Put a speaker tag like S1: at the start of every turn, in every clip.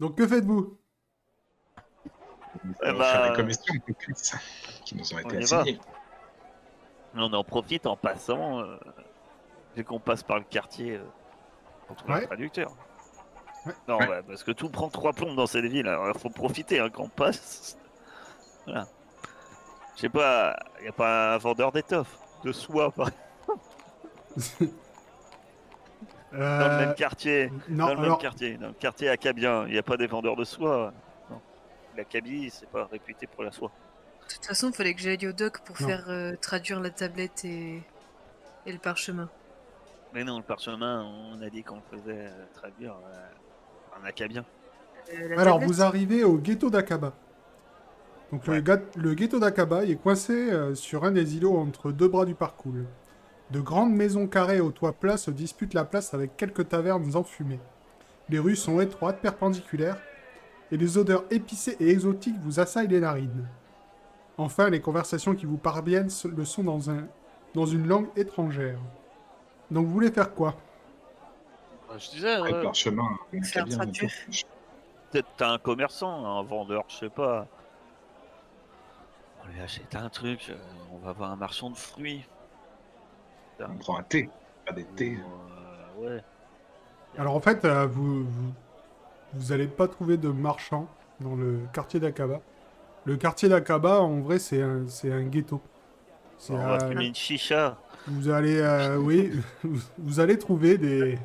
S1: Donc que faites-vous
S2: Eh
S3: On va
S2: bah,
S3: faire des commissions aux complices qui nous ont
S2: on
S3: été
S2: y va.
S3: assignés.
S2: Mais on en profite en passant, euh, dès qu'on passe par le quartier, euh, pour trouver
S1: Ouais.
S2: le traducteur.
S1: Ouais.
S2: Non,
S3: Ouais.
S2: bah, parce que tout prend trois plombes dans cette ville, alors faut profiter hein, quand on passe. Voilà. Je sais pas, y a pas un vendeur d'étoffes, de soie, par- dans le
S1: Euh,
S2: même quartier.
S1: Non,
S2: dans le
S1: alors,
S2: même quartier, dans le quartier acabien, il n'y a pas des vendeurs de soie. Non. L'Acabie, c'est pas réputé pour la soie.
S4: De toute façon, fallait que j'aille au doc pour
S1: Non.
S4: faire euh, traduire la tablette et, et le parchemin.
S2: Mais non, le parchemin, on a dit qu'on le faisait euh, traduire euh, en acabien.
S4: Euh, la
S1: alors
S4: tablette,
S1: vous arrivez au ghetto d'Akaba. Donc le,
S2: Ouais.
S1: ga- le ghetto d'Akaba il est coincé euh, sur un des îlots entre deux bras du parcours. De grandes maisons carrées au toit plat se disputent la place avec quelques tavernes enfumées. Les rues sont étroites, perpendiculaires, et les odeurs épicées et exotiques vous assaillent les narines. Enfin, les conversations qui vous parviennent se- le sont dans, un, dans une langue étrangère. Donc vous voulez faire quoi
S2: je disais,
S3: Après, par chemin, on
S4: Faire
S3: fait bien
S4: traduire.
S3: autour. Je-
S2: peut-être t'as un commerçant, un vendeur, je sais pas. On lui achète Oh un truc, euh, on va voir un marchand de fruits.
S3: On prend un thé, pas des thés.
S2: Ou, euh, ouais.
S1: Alors en fait, euh, vous, vous vous allez pas trouver de marchands dans le quartier d'Akaba. Le quartier d'Akaba, en vrai, c'est un, c'est un ghetto. C'est
S2: on va
S1: un-
S2: fumer une chicha.
S1: vous allez, euh, oui, vous, vous allez trouver des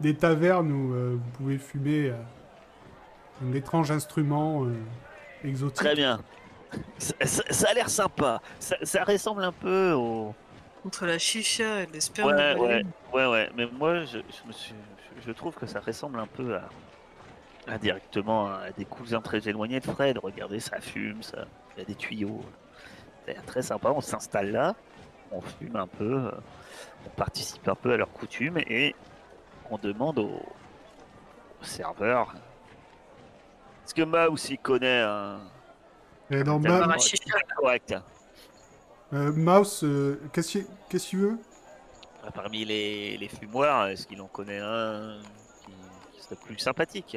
S1: des tavernes où euh, vous pouvez fumer euh, un étrange instrument euh, exotique.
S2: Très bien. Ça, ça- ça a l'air sympa. Ça, ça ressemble un peu au.
S4: Entre la chicha et le sperme.
S2: Ouais,
S4: de la
S2: ouais.
S4: lune.
S2: Ouais, ouais, mais moi, je, je me suis, je, je trouve que ça ressemble un peu à, à directement à des cousins très éloignés de Fred. Regardez, ça fume, ça, il y a des tuyaux. C'est très sympa. On s'installe là, on fume un peu, euh, on participe un peu à leurs coutumes et on demande au, au serveur. Est-ce que Ma aussi connaît un
S1: Et dans
S2: un
S4: Bah,
S1: Ma-
S4: bah,
S2: endroit
S4: chicha.
S2: qui est correct
S1: euh, Mouse, euh, qu'est-ce qu'il- qu'est-ce que tu veux
S2: Ah, Parmi les, les fumoirs, est-ce qu'il en connaît un qui, qui serait plus sympathique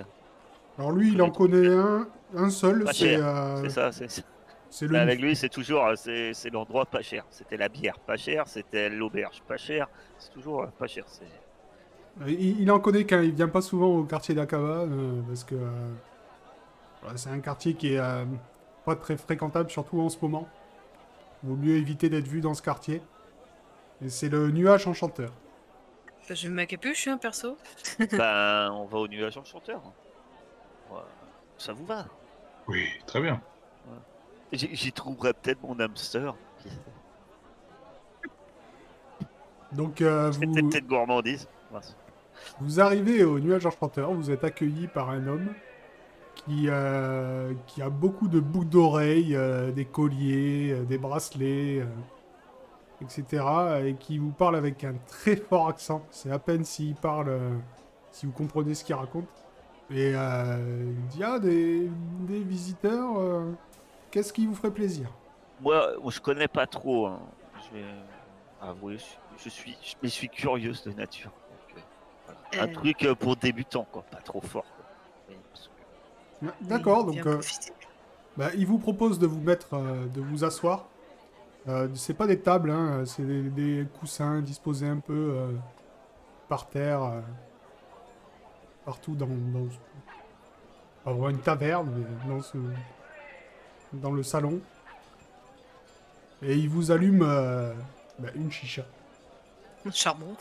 S1: Alors lui, il en connaît un, un seul,
S2: Pas
S1: c'est
S2: cher,
S1: euh,
S2: Bah, C'est ça, Bah, c'est ça.
S1: c'est
S2: Là,
S1: le
S2: avec lui, c'est toujours euh, c'est c'est l'endroit pas cher. C'était la bière pas chère, c'était l'auberge pas chère. C'est toujours euh, pas cher. C'est
S1: Euh, Il, il en connaît qu'un, il vient pas souvent au quartier d'Akaba, euh, parce que euh, voilà, c'est un quartier qui est euh, pas très fréquentable, surtout en ce moment. Vaut mieux éviter d'être vu dans ce quartier. Et c'est le nuage enchanteur.
S4: Bah, je mets ma capuche, hein, perso.
S2: ben, on va au nuage enchanteur. hein. Ouais, Ça vous va
S3: Oui, très bien.
S2: J'y j'y trouverai peut-être mon âme sœur.
S1: Donc euh, vous,
S2: C'était peut-être gourmandise. Mince.
S1: vous arrivez au nuage enchanteur, vous êtes accueilli par un homme qui, euh, qui a beaucoup de boucles d'oreilles, euh, des colliers, euh, des bracelets, euh, etc. Et qui vous parle avec un très fort accent. C'est à peine s'il parle, euh, si vous comprenez ce qu'il raconte. Et euh, il dit Ah, des, des visiteurs, euh, qu'est-ce qui vous ferait plaisir
S2: Moi, moi, je connais pas trop. hein. Je vais avouer, je, je suis, je, mais je suis curieuse de nature. Donc, euh, voilà. Un
S4: Euh.
S2: truc euh, pour débutants, quoi. Pas trop fort. quoi. Oui, parce que-
S1: D'accord,
S4: Oui,
S1: donc.
S4: viens
S1: euh,
S4: profiter.
S1: Bah, il vous propose de vous mettre, euh, de vous asseoir. Euh, c'est pas des tables, hein, c'est des, des coussins disposés un peu euh, par terre, euh, partout dans, dans pas vraiment une taverne, mais dans, ce- dans le salon. Et il vous allume euh, bah, une chicha.
S4: Charbon.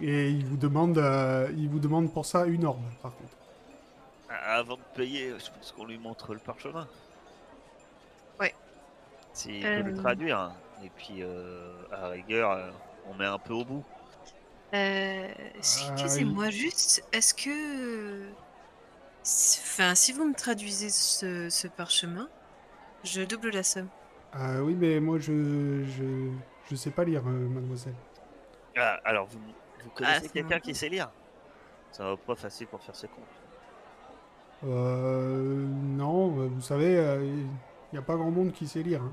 S1: Et il vous demande, euh, il vous demande pour ça une orbe, par contre.
S2: Ah, Avant de payer, je pense qu'on lui montre le parchemin.
S4: Ouais.
S2: S'il peut le
S4: Euh.
S2: traduire. hein. Et puis, euh, à rigueur, euh, on met un peu au bout.
S4: Euh,
S1: Ah,
S4: Excusez-moi juste, est-ce que... si- Enfin, si vous me traduisez ce, ce parchemin, je double la somme.
S1: Ah oui, mais moi je, je, je sais pas lire, euh, mademoiselle.
S2: Ah, alors, vous, vous connaissez
S4: Ah, c'est
S2: quelqu'un
S4: bon.
S2: qui sait lire Ça va pas facile pour faire ses comptes.
S1: Euh. Non, euh, vous savez, il n'y a pas grand monde qui sait lire. hein.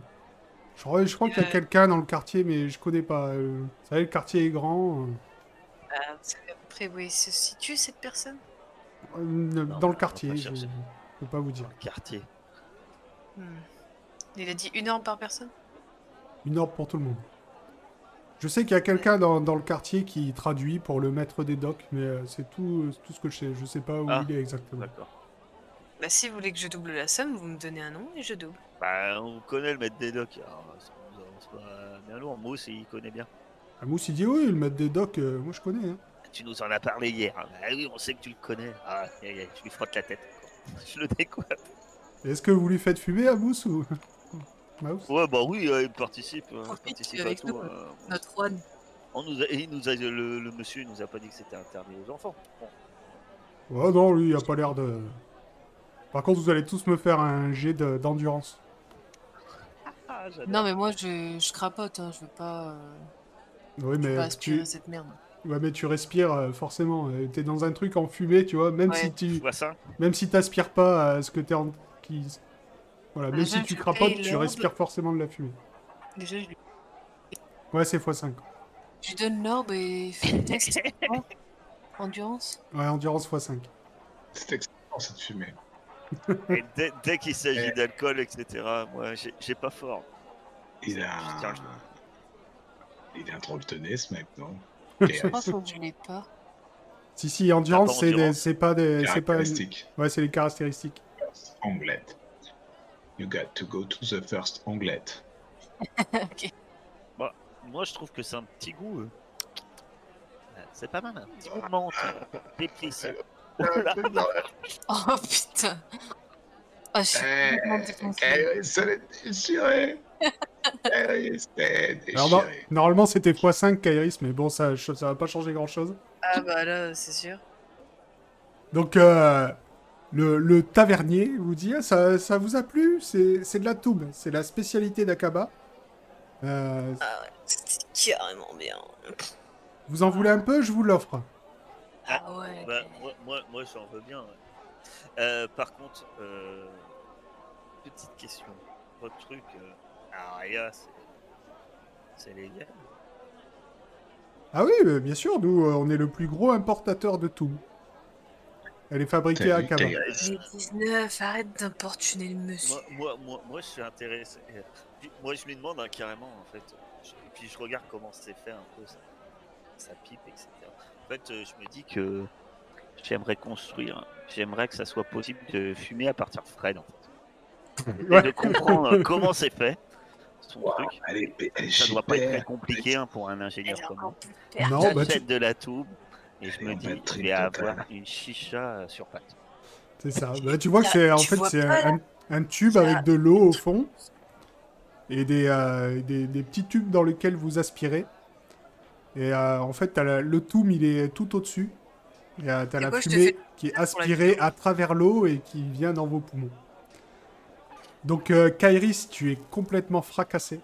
S1: Je crois, je crois qu'il y a
S4: Euh.
S1: quelqu'un dans le quartier, mais je connais pas. euh. vous savez, le quartier est grand. euh.
S4: Ah, vous avez à peu près Et où il se situe cette personne
S1: Euh, ne-
S2: Non,
S1: dans
S2: on
S1: le
S2: va
S1: quartier,
S2: pas
S1: je ne
S2: chercher.
S1: peux pas vous
S2: Dans
S1: dire.
S2: le quartier.
S4: Hmm. Il a dit une arme par personne
S1: Une ordre pour tout le monde. Je sais qu'il y a quelqu'un dans, dans le quartier qui traduit pour le maître des docks, mais euh, c'est tout, c'est tout ce que je sais. Je sais pas où
S2: Ah.
S1: il est exactement.
S2: D'accord.
S4: Bah si vous voulez que je double la somme, vous me donnez un nom et je double.
S2: Bah, on connaît le maître des docks. Alors, ça nous avance pas bien lourd. Mousse, il connaît bien.
S1: Ah, Mousse, il dit oui, le maître des docks, euh, moi je connais. hein.
S2: Ah, Tu nous en as parlé hier. hein. Bah oui, on sait que tu le connais. Ah, aïe, aïe, aïe, je lui frotte la tête. Je le découvre.
S1: Est-ce que vous lui faites fumer à Mousse ou. Mouse
S2: Ouais, bah oui, euh, il participe. euh, il
S4: Profite,
S2: participe
S4: euh,
S2: à
S4: avec
S2: tout.
S4: nous,
S2: euh, on-
S4: Notre one.
S2: on nous a- et il nous a- le, le monsieur il nous a pas dit que c'était interdit aux enfants. Bon,
S1: Ah non, lui, il a pas l'air de. Par contre, vous allez tous me faire un jet de- d'endurance.
S2: Ah, j'adore.
S4: Non mais moi je, je crapote, hein, je veux pas, euh,
S1: oui,
S4: je veux
S1: mais
S4: pas aspirer
S1: tu...
S4: à cette merde.
S1: ouais, mais tu respires euh, forcément. Euh, T'es dans un truc en fumée, tu vois, même
S4: Ouais.
S1: si tu.
S2: Je vois ça.
S1: Même si t'aspires pas à ce que t'es en. qui- Voilà,
S4: Ah,
S1: même
S4: je
S1: si tu
S4: fais
S1: crapotes, tu
S4: l'onde.
S1: respires forcément de la fumée.
S4: Déjà je lui,
S1: Ouais, c'est x5.
S4: je lui donne l'orbe et fais le test. Oh. Endurance
S1: Ouais, endurance x5.
S3: C'est excellent cette fumée.
S2: Et dès dès qu'il s'agit
S3: Eh.
S2: d'alcool, etc., moi, j'ai j'ai pas fort.
S3: Il a.
S2: Putain, je-
S3: Il est un troll tené ce mec, non
S1: Je
S4: Oh, faut que je l'ai pas.
S1: Si, si, endurance,
S2: Attends,
S1: c'est des-
S2: endurance.
S1: c'est pas des. C'est pas. une-
S3: Caractéristique.
S1: Ouais, c'est les caractéristiques.
S3: Anglette. You got to go to the first Anglette.
S2: Moi, je trouve que c'est un petit goût. euh. Euh, C'est pas mal. Un petit goût de menthe, euh, d'épices. Oh là,
S4: Oh putain Oh, je suis
S3: Eh,
S4: complètement défoncée.
S3: Elle s'est déchirée. Elle s'est
S1: Alors, bah, non-
S3: déchirée.
S1: normalement, c'était x5 Kairis, mais bon, ça, ça va pas changer grand chose.
S4: Ah bah là c'est sûr.
S1: Donc, euh, le, le tavernier vous dit Ah, ça, ça vous a plu C'est c'est de la toube, c'est la spécialité d'Akaba. Euh,
S4: C'était Ah carrément bien.
S1: vous en voulez un peu Je vous l'offre.
S4: Ah ouais.
S2: bah, moi, moi, moi, j'en veux bien. ouais. Euh, par contre, euh, petite question. Votre truc, euh, Aria, c'est- c'est légal.
S1: Ah oui, euh, bien sûr, nous, euh, on est le plus gros importateur de toube. Elle est fabriquée
S3: T'as
S1: à
S3: vu,
S1: Akaba.
S3: Kairis
S4: J'ai 19, arrête d'importuner le monsieur.
S2: Moi, moi, moi, moi, je suis intéressé. Euh, puis, Moi, je lui demande hein, carrément, en fait. Je- Et puis, je regarde comment c'est fait un peu, ça, ça pipe, etc. En fait, euh, je me dis que j'aimerais construire, j'aimerais que ça soit possible de fumer à partir de Fred, en fait. Et
S1: Ouais.
S2: de comprendre euh, comment c'est fait, son
S3: Wow,
S2: truc.
S3: Elle est, elle est
S2: Ça doit pas être très
S3: super.
S2: compliqué hein, pour un ingénieur
S4: Elle est
S2: comme moi.
S4: encore plus perte.
S1: Non, bah, tu-
S2: J'achète de la toube et je
S3: Et
S2: me
S3: on va
S2: dis,
S3: être
S2: je
S3: très
S2: vais
S3: total.
S2: avoir une chicha euh, sur pattes.
S1: C'est ça. Bah, tu vois que c'est en
S4: Tu
S1: fait
S4: vois
S1: c'est
S4: pas, là
S1: un, un tube
S4: Ça-
S1: avec de l'eau au fond et des, euh, des, des petits tubes dans lesquels vous aspirez. Et euh, en fait, t'as la- le toum, il est tout au-dessus. Et euh, t'as
S4: Et
S1: la
S4: moi, je te
S1: fumée
S4: fais
S1: qui est
S4: pour la
S1: aspirée
S4: vidéo.
S1: à travers l'eau et qui vient dans vos poumons. Donc, euh, Kairis, tu es complètement fracassé.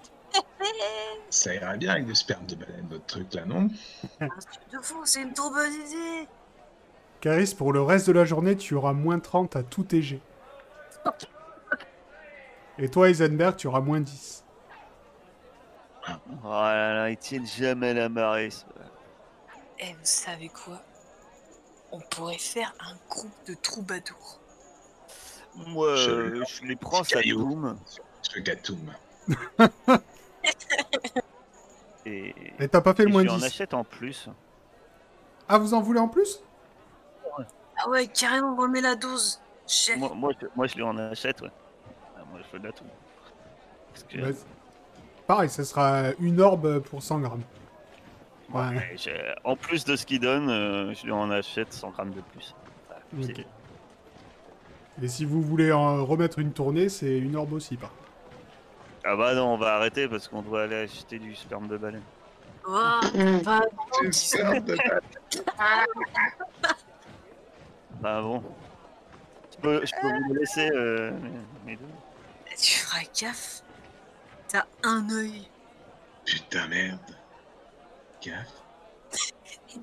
S3: Ça ira bien avec du sperme de baleine, votre truc là, non
S4: Un truc de fou, c'est une trop bonne idée.
S1: Kairis, pour le reste de la journée, tu auras moins 30 à tout tes jets. Et toi, Heisenberg, tu auras moins 10.
S2: Oh là là, ils tiennent jamais la marée. ça.
S4: Eh, vous savez quoi On pourrait faire un groupe de troubadours.
S2: Moi,
S3: Je-
S2: euh, je, les prends,
S3: Petit
S2: ça
S3: caillou.
S2: boum.
S3: Ce gatoum.
S2: Et,
S1: Et t'as pas fait
S2: et
S1: le moins
S2: je lui en
S1: 10.
S2: achète en plus.
S1: Ah, vous en voulez en plus
S4: Ah ouais, carrément, on remet la dose. Chef.
S2: Moi, moi, je, moi, je lui en achète, ouais. Ah, moi, je fais de la toux. Parce que
S1: Bah, Pareil, ce sera une orbe pour 100 grammes.
S2: moi,
S1: ouais.
S2: j'ai- en plus de ce qu'il donne, euh, je lui en achète 100 grammes de plus. Ah,
S1: Ok.
S2: c'est-
S1: Et si vous voulez en remettre une tournée, c'est une orbe aussi, par contre.
S2: Ah bah non, on va arrêter parce qu'on doit aller acheter du sperme de baleine.
S4: Ouah, pas
S3: Du sperme de baleine.
S2: Bah bon. Je peux, je peux vous le laisser euh, mes- mes deux.
S4: tu feras gaffe. T'as un œil.
S3: Putain, merde. Gaffe.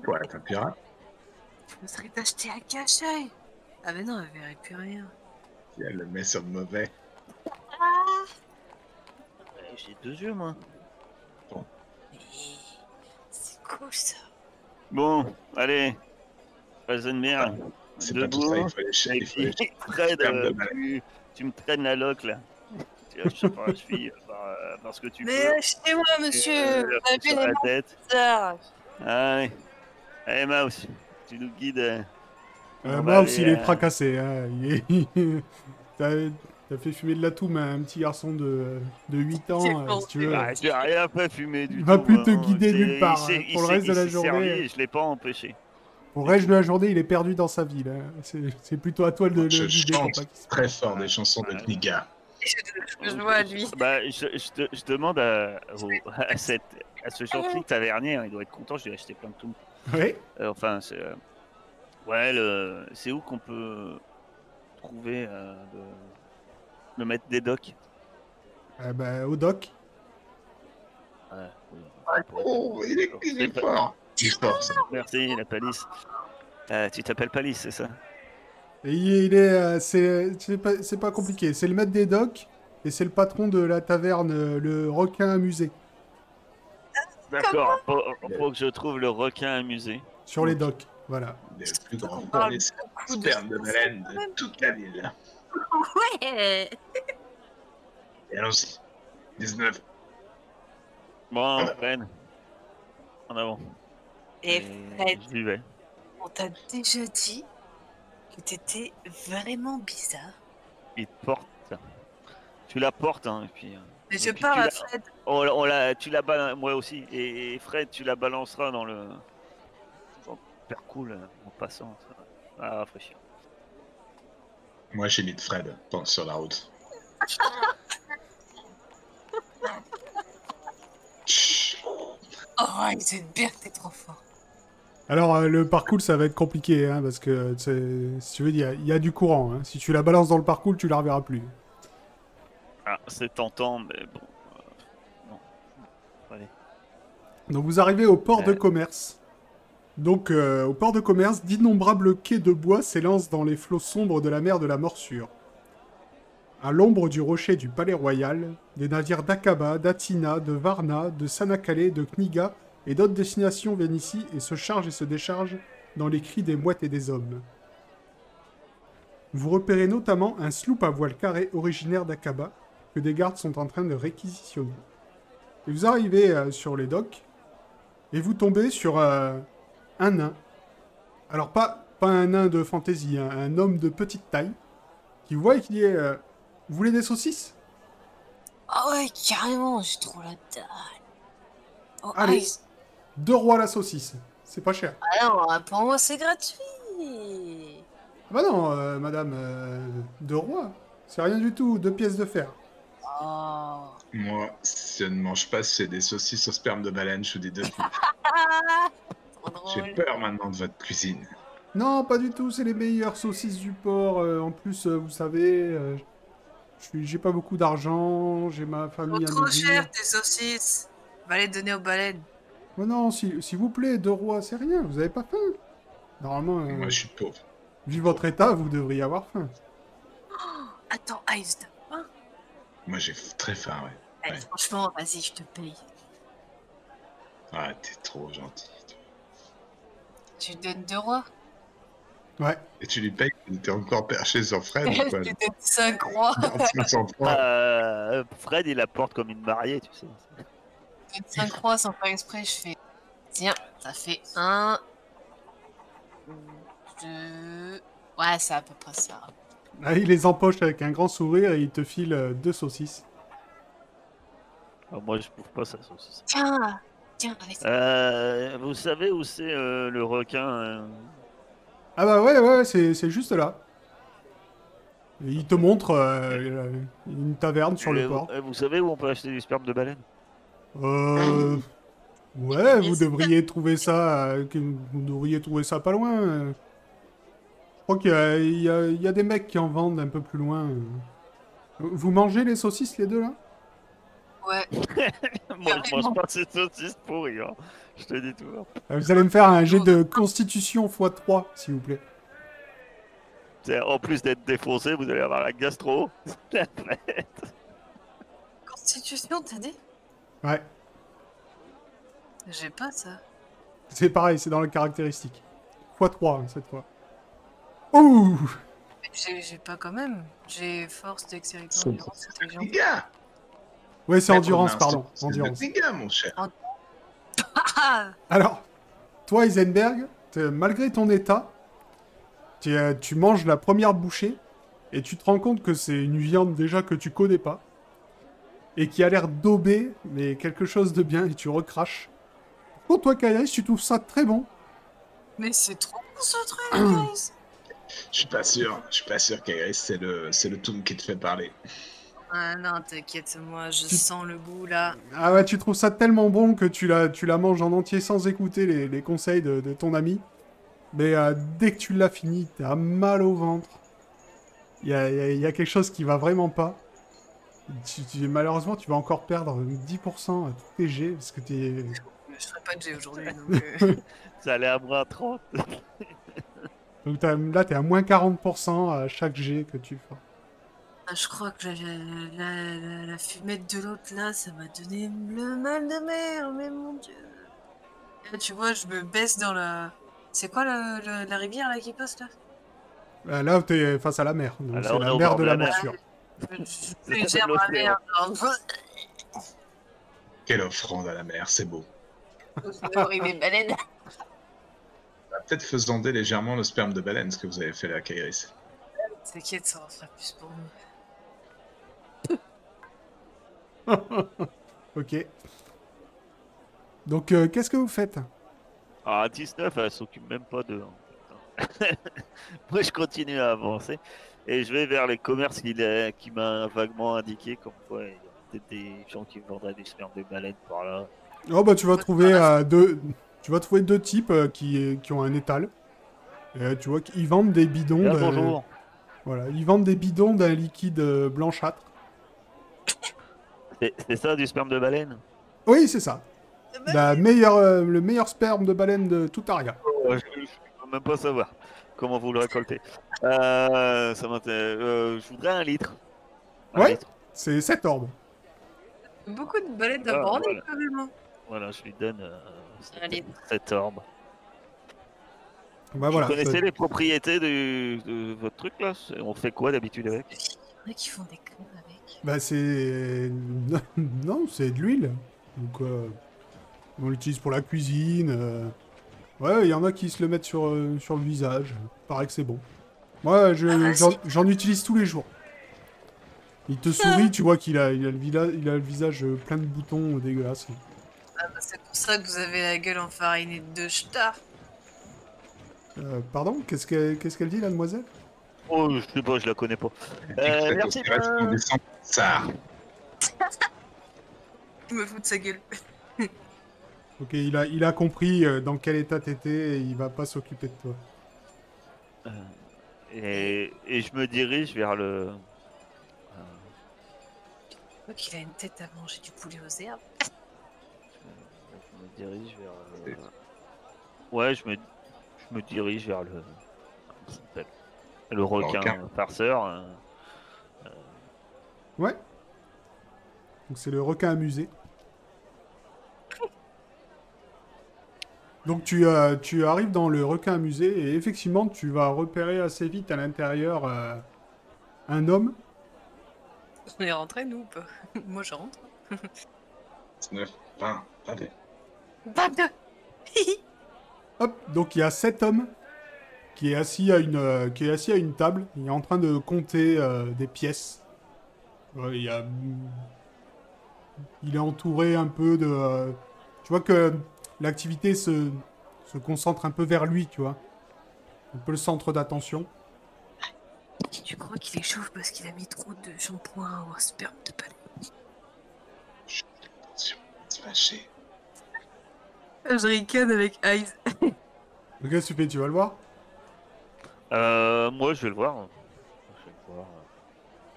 S3: Toi, la tapira.
S4: Je me serais acheté à cache œil. Ah mais non, elle verrait plus rien.
S3: Si elle le met sur le mauvais.
S4: Ah.
S2: Euh, J'ai deux yeux, moi.
S4: Mais C'est cool ça.
S2: Bon, allez,
S1: Ah,
S2: Rasenberg,
S3: C'est pas tout ça, il
S2: Debout.
S3: faut les ch-
S2: et
S3: il faut les
S2: puis
S3: ch-
S2: Fred,
S3: Ferme
S2: euh,
S3: le balai.
S2: tu, tu me traînes la loque là. Tu vois, Je sais pas, je suis euh, par, euh, par ce que tu
S4: Mais
S2: peux.
S4: achetez-moi, monsieur
S2: Euh,
S4: Vous avez
S2: sur
S4: les
S2: la
S4: mains
S2: tête. Ah,
S4: bizarres.
S2: Allez, allez Mouse, tu nous guides. euh,
S1: Euh,
S2: on va
S1: Mouse,
S2: aller,
S1: il est
S2: euh,
S1: fracassé. hein, il est- T'as t'as fait fumer de la toux, mais un petit garçon de, de 8 ans,
S4: C'est
S1: euh,
S4: bon,
S1: si tu
S4: c'est
S1: veux.
S4: bon.
S2: Ah, j'ai rien pas fumé du
S1: Il
S2: tout.
S1: va plus te
S2: hein.
S1: guider
S2: C'est-
S1: nulle part,
S2: il s'est-
S1: hein,
S2: il
S1: pour le
S2: s'est-
S1: reste de
S2: il
S1: la
S2: s'est
S1: journée.
S2: servi et je l'ai pas empêché.
S1: Pour reste de la journée, il est perdu dans sa ville. hein. C'est c'est plutôt à toi de le
S3: Je
S1: guider.
S3: chante
S1: pour pas qu'il-
S3: très fort des chansons de Kniga.
S4: Je je vois lui.
S2: Bah, je, je te- je demande à, au- à cette, à ce gentil tavernier, hein, il doit être content, je lui ai acheté plein de tout.
S1: Ouais.
S2: Euh, enfin, c'est. euh, Ouais, le- c'est où qu'on peut trouver euh, le... le maître des docks
S1: Euh, bah, au doc.
S2: Ouais, Ah, oui.
S3: Oh, il est, il est
S2: C'est pas-
S3: fort. Oh, Il est fort, ça.
S2: Merci, la palisse. Euh, tu t'appelles palisse, c'est ça
S1: Et il est, il est, euh, c'est, c'est pas, c'est pas compliqué. C'est le maître des docks et c'est le patron de la taverne, euh, le requin amusé,
S2: D'accord, pour, pour que je trouve le requin amusé.
S1: sur les docks. Voilà.
S3: Le plus grand
S4: parle
S3: cornet
S4: beaucoup de
S3: sperme de baleine de toute la ville.
S4: Ouais
S3: Et allons-y. 19.
S2: Bon, Fred. En avant.
S4: Et Fred,
S2: J'y vais.
S4: on t'a déjà dit que t'étais vraiment bizarre.
S2: Il te porte. Tu la portes, hein, et puis. euh,
S4: Mais
S2: Et
S4: je
S2: puis
S4: parle
S2: tu
S4: à
S2: l'as-
S4: Fred.
S2: On, la- on la, tu la balances, moi aussi. Et, et Fred, tu la balanceras dans le. Toujours Super cool euh, en passant. Ça va Ah, rafraîchir.
S3: Moi, j'ai mis de Fred pendant sur la route. Chut.
S4: Oh, il se bien, t'es trop fort.
S1: Alors, euh, le parcours, ça va être compliqué, hein, parce que, c'est- si tu veux, il y a- il y, a du courant. hein. Si tu la balances dans le parcours, tu la reverras plus.
S2: Ah, c'est tentant, mais bon.
S1: Donc, vous arrivez au port de
S2: Euh.
S1: commerce. Donc, euh, au port de commerce, d'innombrables quais de bois s'élancent dans les flots sombres de la mer de la Morsure. À l'ombre du rocher du Palais Royal, des navires d'Akaba, d'Atina, de Varna, de Sanakale, de Kniga et d'autres destinations viennent ici et se chargent et se déchargent dans les cris des mouettes et des hommes. Vous repérez notamment un sloop à voile carrée originaire d'Akaba que des gardes sont en train de réquisitionner. Et vous arrivez euh, sur les docks et vous tombez sur euh, un nain. Alors pas, pas un nain de fantaisie, hein, un homme de petite taille qui voit et qui dit euh, Vous voulez des saucisses
S4: Ah ouais, carrément, j'ai trop la dalle. Oh,
S1: Allez.
S4: ah, il-
S1: Deux rois la saucisse, c'est pas cher. Ah
S4: Ah non, pour moi, c'est gratuit.
S1: bah non, euh, madame, euh, deux rois, c'est rien du tout, deux pièces de fer.
S4: Oh.
S3: Moi, si je ne mange pas, c'est des saucisses au sperme de baleine, je vous dis deux.
S4: Ah, trop
S2: Oh,
S3: J'ai
S4: drôle.
S3: peur maintenant de votre cuisine.
S1: Non, pas du tout, c'est les meilleures saucisses du port. euh, en plus, euh, vous savez, euh, je suis- j'ai pas beaucoup d'argent, j'ai ma
S4: Oh, Trop,
S1: famille à
S4: trop
S1: nourrir.
S4: cher, tes saucisses. Va les donner aux baleines.
S1: Mais non, s'il s'il vous plaît, deux rois, c'est rien, vous avez pas faim. Normalement, euh,
S3: Moi, je suis pauvre.
S1: vu votre état, vous devriez avoir faim.
S4: Attends, Ice, hein
S3: Moi, j'ai f- très faim, ouais.
S4: Allez,
S3: Ouais.
S4: franchement, vas-y, je te paye.
S3: Ah, t'es trop gentil.
S4: Tu lui donnes deux rois.
S1: Ouais.
S3: Et tu lui payes, t'es encore perché sur Fred
S4: tu
S3: ou quoi
S4: donnes cinq rois.
S3: Non, 500
S1: Ah.
S3: francs.
S2: Euh, Fred, il la porte comme une mariée, tu sais.
S4: Je donne cinq rois sans faire exprès. Je fais. Tiens, ça fait un. Deux. Ouais, c'est à peu près ça.
S1: Ah, il les empoche avec un grand sourire et il te file euh, deux saucisses.
S2: Alors, Ah, moi, je trouve pas ça. saucisse.
S4: Tiens, tiens, avec ça.
S2: Euh, vous savez où c'est euh, le requin euh,
S1: Ah bah ouais, ouais, c'est c'est juste là. Et il te montre euh, une taverne sur
S2: euh,
S1: le port.
S2: euh, Vous savez où on peut acheter du sperme de baleine
S1: Euh... Ouais, vous devriez trouver ça, euh, que- vous devriez trouver ça pas loin. euh. Je crois qu'il y a- il y, a- il y a des mecs qui en vendent un peu plus loin. euh. Vous mangez les saucisses les deux là
S4: Ouais.
S2: Moi, je
S4: Carrément.
S2: mange pas ces saucisses pourries. hein. Je te dis tout.
S1: Euh, Vous allez me faire un jet de constitution x3 s'il vous plaît.
S2: C'est- En plus d'être défoncé, vous allez avoir la gastro.
S4: Constitution, t'as dit
S1: Ouais,
S4: J'ai pas ça.
S1: c'est pareil, c'est dans les caractéristiques. x3 cette fois. Ouh
S4: J'ai j'ai pas quand même. J'ai force, dextérité,
S3: C'est-
S4: endurance, intelligence.
S3: Dégâts
S1: Ouais, c'est
S3: Mais
S1: endurance,
S3: Romain,
S1: pardon.
S3: c'est- c'est de
S1: Endurance.
S3: Dégâts, mon cher.
S4: Ah
S1: Alors, toi, Heisenberg, t'es- malgré ton état, tu, euh, tu manges la première bouchée et tu te rends compte que c'est une viande déjà que tu connais pas et qui a l'air daubée, mais quelque chose de bien et tu recraches. Pour toi, Kairis, tu trouves ça très bon.
S4: Mais c'est trop bon ce truc, guys
S3: Je suis pas sûr. Je suis pas sûr qu'Airis, c'est le, c'est le Toon qui te fait parler.
S4: Ah non, t'inquiète, moi je
S1: Tu-
S4: sens le goût là.
S1: Ah ouais, tu trouves ça tellement bon que tu la, tu la manges en entier sans écouter les, les conseils de, de ton ami. Mais euh, dès que tu l'as fini, t'as mal au ventre. Il y a, y a- y a quelque chose qui va vraiment pas. Tu- tu- malheureusement, tu vas encore perdre 10% à tous tes jets parce que t'es.
S4: Je ferai pas de G aujourd'hui, donc... euh,
S2: Ça allait à bras 30.
S1: Donc t'as- là, t'es à moins 40% à chaque jet que tu fais.
S4: Ah, je crois que la, la- la- la fumette de l'autre là, ça m'a donné le mal de mer, mais mon dieu Là, tu vois, je me baisse dans la... C'est quoi la, la- la rivière là qui passe là
S1: Euh, Là, t'es face à la mer. Donc
S2: Ah, là,
S1: c'est
S2: on est
S1: la
S2: au
S1: mer
S2: bord
S1: de
S2: de
S1: la
S2: la mer.
S1: morsure.
S4: Je- Je
S2: Le
S4: je gère
S2: tableau
S4: ma
S2: de
S4: mère, genre.
S3: Quelle offrande à la mer, c'est beau.
S4: mes baleines.
S3: Ça va Ah, Peut-être faisander légèrement le sperme de baleine, ce que vous avez fait là, Kairis.
S4: T'inquiète, ça en fera plus pour nous.
S1: Ok. Donc, euh, qu'est-ce que vous faites
S2: Ah, 19, elle s'occupe même pas de. hein. Moi, je continue à avancer et je vais vers les commerces qu'il a- qui m'a vaguement indiqué comme quoi il y a peut-être des gens qui vendraient des spermes de baleine par là.
S1: Oh bah tu vas
S4: Ouais,
S1: trouver
S4: voilà.
S1: euh, deux, tu vas trouver deux types euh, qui, qui ont un étal. Euh, tu vois qu'ils vendent des bidons.
S2: Ah,
S1: d'un-
S2: bonjour.
S1: Voilà, ils vendent des bidons d'un liquide euh, blanchâtre.
S2: C'est- C'est ça du sperme de baleine
S1: Oui, c'est ça.
S4: Bah,
S1: La meilleure, euh, le meilleur sperme de baleine de tout Aria.
S2: Euh, Je ne peux même pas savoir comment vous le récoltez. Euh, ça m'intéresse. Euh, je voudrais un litre. Un
S1: Ouais.
S2: litre.
S1: C'est cet ordre.
S4: Beaucoup de baleines
S2: Ah,
S4: d'abord,
S2: voilà.
S4: quand même. hein.
S2: Voilà, je lui donne euh,
S4: Un
S2: cette,
S4: litre.
S2: cette orbe.
S1: Bah
S2: Vous
S1: voilà.
S2: connaissez
S1: ça-
S2: les propriétés du- de votre truc là C'est- On fait quoi d'habitude avec
S4: Il y en a qui font des cons avec.
S1: Bah c'est non, c'est de l'huile. Donc euh, on l'utilise pour la cuisine. euh. Ouais, il y en a qui se le mettent sur euh, sur le visage. Paraît que c'est bon. Moi, je-
S4: Ah, bah, Ah.
S1: j'en
S4: c'est-
S1: j'en utilise tous les jours. Il te sourit, tu vois qu'il a, il a, le vila- il a le visage euh, plein de boutons euh, dégueulasses.
S4: Ah, bah, c'est pour ça que vous avez la gueule enfarinée de star.
S1: Euh, pardon, qu'est-ce qu'elle qu'est-ce qu'elle dit, la demoiselle
S2: Oh, je sais pas, je la connais pas.
S3: Dès que
S2: merci,
S3: ça te reste,
S2: euh,
S3: on descend. Ça.
S4: Je me fous de sa gueule.
S1: Ok, il a, il a compris euh, dans quel état t'étais et il va pas s'occuper de toi.
S2: Et, et je me dirige vers le.
S4: Donc il a une tête à manger du poulet aux herbes.
S2: Je me dirige vers. le- Ouais, je me, je me dirige vers le. Comment ça s'appelle Le requin,
S3: requin.
S2: farceur. euh,
S1: Ouais. Donc c'est le requin amusé. Donc tu, euh, tu arrives dans le requin amusé et effectivement tu vas repérer assez vite à l'intérieur euh, un homme.
S4: On est rentrés, nous ou pas Moi je rentre.
S3: 19, 20, 21.
S4: Bah de
S1: Hop, donc il y a cet homme qui est assis à une, euh, qui est assis à une table. Il est en train de compter euh, des pièces. Ouais, il, y a... il est entouré un peu de. euh, Tu vois que l'activité se... se concentre un peu vers lui, tu vois. Un peu le centre d'attention.
S4: Tu crois qu'il échauffe parce qu'il a mis trop de shampoing ou un sperme de baleine
S3: Attention, c'est fâché.
S4: Je ricane avec Eyes.
S1: Donc qu'est-ce que tu fais Tu vas le voir
S2: euh, moi, je vais le voir. Je vais le voir.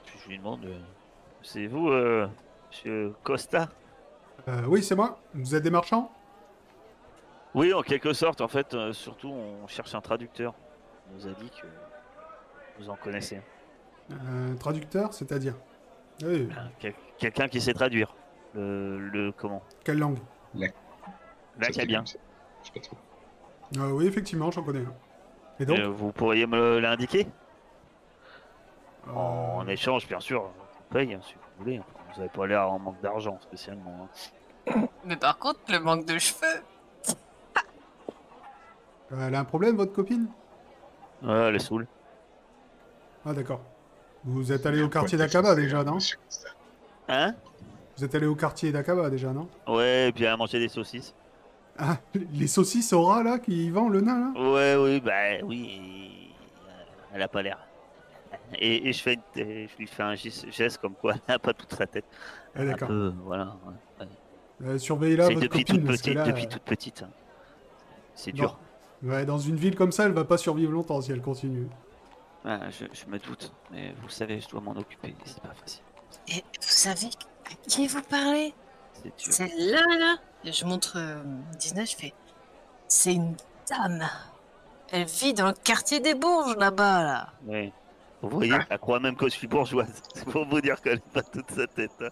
S2: Puis je lui demande euh, C'est vous, euh, monsieur Costa
S1: Euh, Oui, c'est moi. Vous êtes des marchands
S2: Oui, en quelque sorte, en fait, euh, surtout, on cherche un traducteur. On nous a dit que vous en connaissez.
S1: Euh, Traducteur, c'est-à-dire Euh,
S2: un. Quel- Quelqu'un qui sait traduire. Le, le comment
S1: Quelle langue
S2: L'acabien.
S3: Je sais pas trop.
S1: Euh, Oui, effectivement, j'en connais. un. Et donc,
S2: Euh, vous pourriez me l'indiquer
S1: euh,
S2: En échange, bien sûr, on paye hein, si vous voulez. Vous n'avez pas l'air en manque d'argent spécialement. hein.
S4: Mais par contre, le manque de cheveux.
S1: Euh, elle a un problème, votre copine
S2: Ouais, les saouls.
S1: Ah, d'accord. Vous êtes allé au quartier d'Akaba déjà, non
S2: Hein
S1: Vous êtes allé au quartier d'Akaba déjà, non
S2: Ouais, et puis elle a mangé des saucisses.
S1: Ah, les saucisses au rat, là, qui vend le nain, là
S2: Ouais, oui, bah oui. euh, Elle a pas l'air. Et, et je, fais une- et je lui fais un gis- geste comme quoi elle n'a pas toute sa tête.
S1: Ah,
S2: Un
S1: d'accord.
S2: peu, voilà.
S1: Euh, surveillez là
S2: Ah, C'est
S1: votre
S2: depuis
S1: copine,
S2: toute
S1: parce que
S2: petite,
S1: là... euh,
S2: depuis toute petite. hein. C'est
S1: dans-
S2: dur.
S1: Ouais, dans une ville comme ça, elle va pas survivre longtemps si elle continue.
S2: Ouais, Ah, je, je me doute, mais vous savez, je dois m'en occuper, c'est pas facile.
S4: Et vous savez à qui vous parlez
S2: C'est dur.
S4: Celle-là, là Et Je montre euh, 19, je fais. C'est une dame. Elle vit dans le quartier des Bourges, là-bas, là.
S2: Ouais. Vous voyez,
S1: Hein
S2: elle croit même que je suis bourgeoise. C'est pour vous dire qu'elle n'a pas toute sa tête. hein.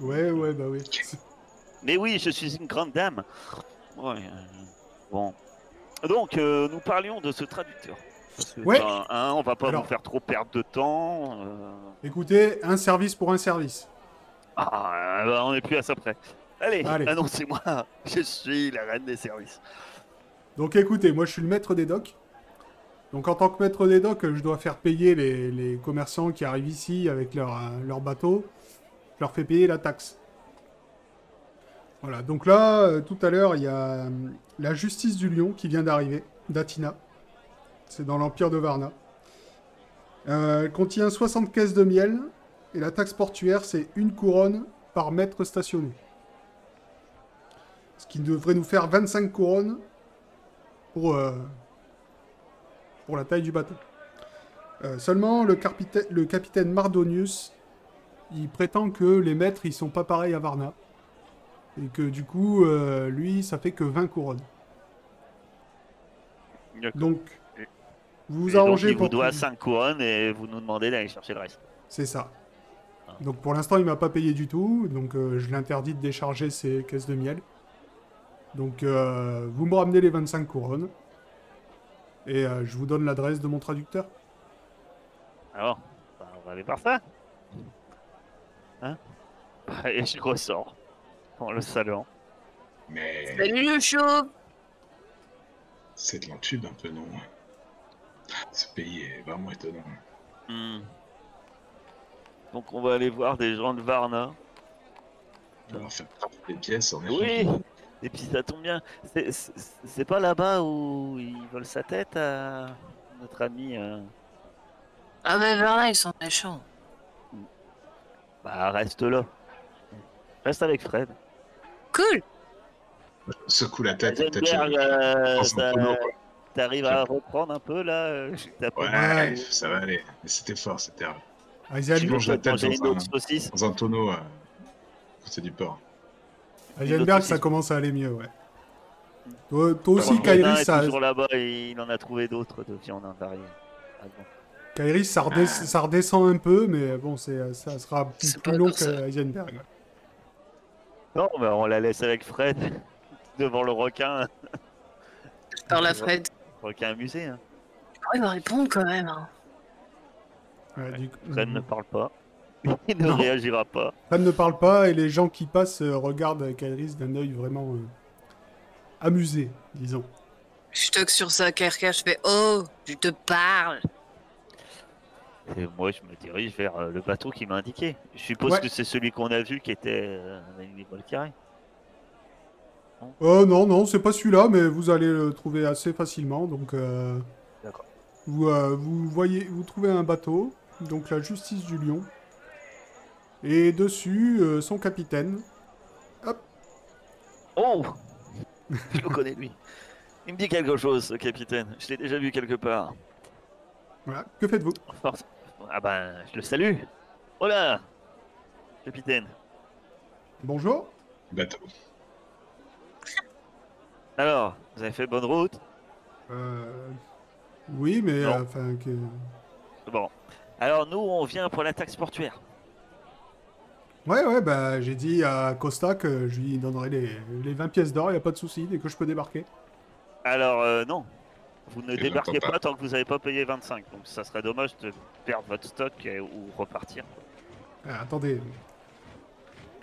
S1: Ouais, ouais, bah oui. C'est-
S2: Mais oui, je suis une grande dame. Ouais, euh, bon. Donc, euh, nous parlions de ce traducteur. Parce que,
S1: Ouais.
S2: ben, hein, on va pas
S1: Alors.
S2: vous faire trop perdre de temps. euh.
S1: Écoutez, un service pour un service.
S2: Ah, ben, on est plus à ça près. Allez,
S1: Allez.
S2: annoncez-moi. Je suis la reine des services.
S1: Donc écoutez, moi je suis le maître des docks. Donc en tant que maître des docks, je dois faire payer les, les commerçants qui arrivent ici avec leur, euh, leur bateau. Je leur fais payer la taxe. Voilà, donc là, euh, tout à l'heure, il y a euh, la justice du lion qui vient d'arriver, d'Atina. C'est dans l'empire de Varna. Euh, elle contient 60 caisses de miel et la taxe portuaire, c'est une couronne par mètre stationné. Ce qui devrait nous faire 25 couronnes pour, euh, pour la taille du bateau. Euh, seulement, le, carpita- le capitaine Mardonius, il prétend que les maîtres, ils sont pas pareils à Varna. Et que du coup, euh, lui, ça fait que 20 couronnes.
S2: D'accord.
S1: Donc, vous vous
S2: Et donc,
S1: arrangez
S2: il
S1: pour...
S2: vous doit
S1: qu'il-
S2: 5 couronnes et vous nous demandez d'aller chercher le reste.
S1: C'est ça.
S2: Ah.
S1: Donc pour l'instant, il m'a pas payé du tout, donc euh, je l'interdis de décharger ses caisses de miel. Donc euh, vous me ramenez les 25 couronnes et euh, je vous donne l'adresse de mon traducteur.
S2: Alors, ben, on va aller par ça. Hein Et je ressors dans le salon.
S3: Mais
S4: Salut le chauve
S3: c'est de l'entude un peu, non Ce pays est vraiment étonnant. hein,
S2: Hmm. Donc on va aller voir des gens de Varna.
S3: On va leur faire des pièces, en effet.
S2: Oui Et puis ça tombe bien. C'est- C'est c'est pas là-bas où ils volent sa tête à notre ami euh,
S4: Ah, mais là, ils sont méchants.
S2: Bah reste là. Reste avec Fred.
S4: Cool
S3: Secoue la tête, peut-être.
S2: Heisenberg,
S3: je-
S2: euh,
S3: pense un
S2: ça-
S3: peu non, quoi.
S2: t'arrives à reprendre un peu là euh, t'as pas-
S1: Ouais.
S3: Ouais, ça va aller. Mais c'était fort, c'était
S2: Tu
S1: Heisenberg,
S3: manges la
S2: veux pas
S3: tête
S2: manger
S3: dans
S2: une
S3: un-
S2: autre saucisse
S3: dans un tonneau à côté du port.
S1: Heisenberg, ça
S2: saucisses.
S1: commence à aller mieux, ouais. Toi, toi aussi,
S3: Pardon.
S2: Kairi,
S1: Kairis, ça,
S2: toujours là-bas et il en a trouvé d'autres de viande invariée. Ah bon.
S1: Kairis, ça, redes- ça redescend un peu, mais bon, c'est, euh, ça sera plus,
S4: Ah. C'est
S1: plus
S4: pas
S1: long
S4: grave,
S1: que
S4: ça.
S1: Heisenberg. ouais.
S2: Non, mais on la laisse avec Fred devant le requin,
S4: Je parle à Fred.
S2: requin amusé. Hein.
S4: Oh, il va répondre quand même. hein.
S1: Ouais, du coup-
S2: Fred ne parle pas, il ne
S1: Mhm. Non.
S2: réagira pas.
S1: Femme ne parle pas et les gens qui passent euh, regardent Kairis d'un œil vraiment euh, amusé, disons.
S4: Je toque sur sa carcasse, je fais Oh, je te parle
S2: Et moi, je me dirige vers euh, le bateau qui m'a indiqué. Je suppose
S1: Ouais.
S2: que c'est celui qu'on a vu qui était euh, avec les vols carrés.
S1: Euh, non, non, c'est pas celui-là, mais vous allez le trouver assez facilement. Donc, euh,
S2: D'accord.
S1: vous, euh, vous voyez, vous trouvez un bateau, donc la Justice du Lion, et dessus euh, son capitaine.
S2: Oh Je le connais, lui. Il me dit quelque chose, ce capitaine. Je l'ai déjà vu quelque part.
S1: Voilà. Que faites-vous
S2: Force- Ah ben, je le salue. Oh là Capitaine.
S1: Bonjour.
S3: Bateau.
S2: Alors, vous avez fait bonne route
S1: Euh, Oui, mais
S2: Non.
S1: euh, enfin que-
S2: Bon. Alors, nous, on vient pour la taxe portuaire.
S1: Ouais, ouais, bah j'ai dit à Costa que je lui donnerai les, les 20 pièces d'or, y a pas de souci, dès que je peux débarquer.
S2: Alors, euh, non. Vous ne
S3: Et
S2: débarquez
S3: j'entends
S2: pas.
S3: pas.
S2: tant que vous n'avez pas payé 25. Donc ça serait dommage de perdre votre stock et- ou repartir.
S1: Ah, attendez,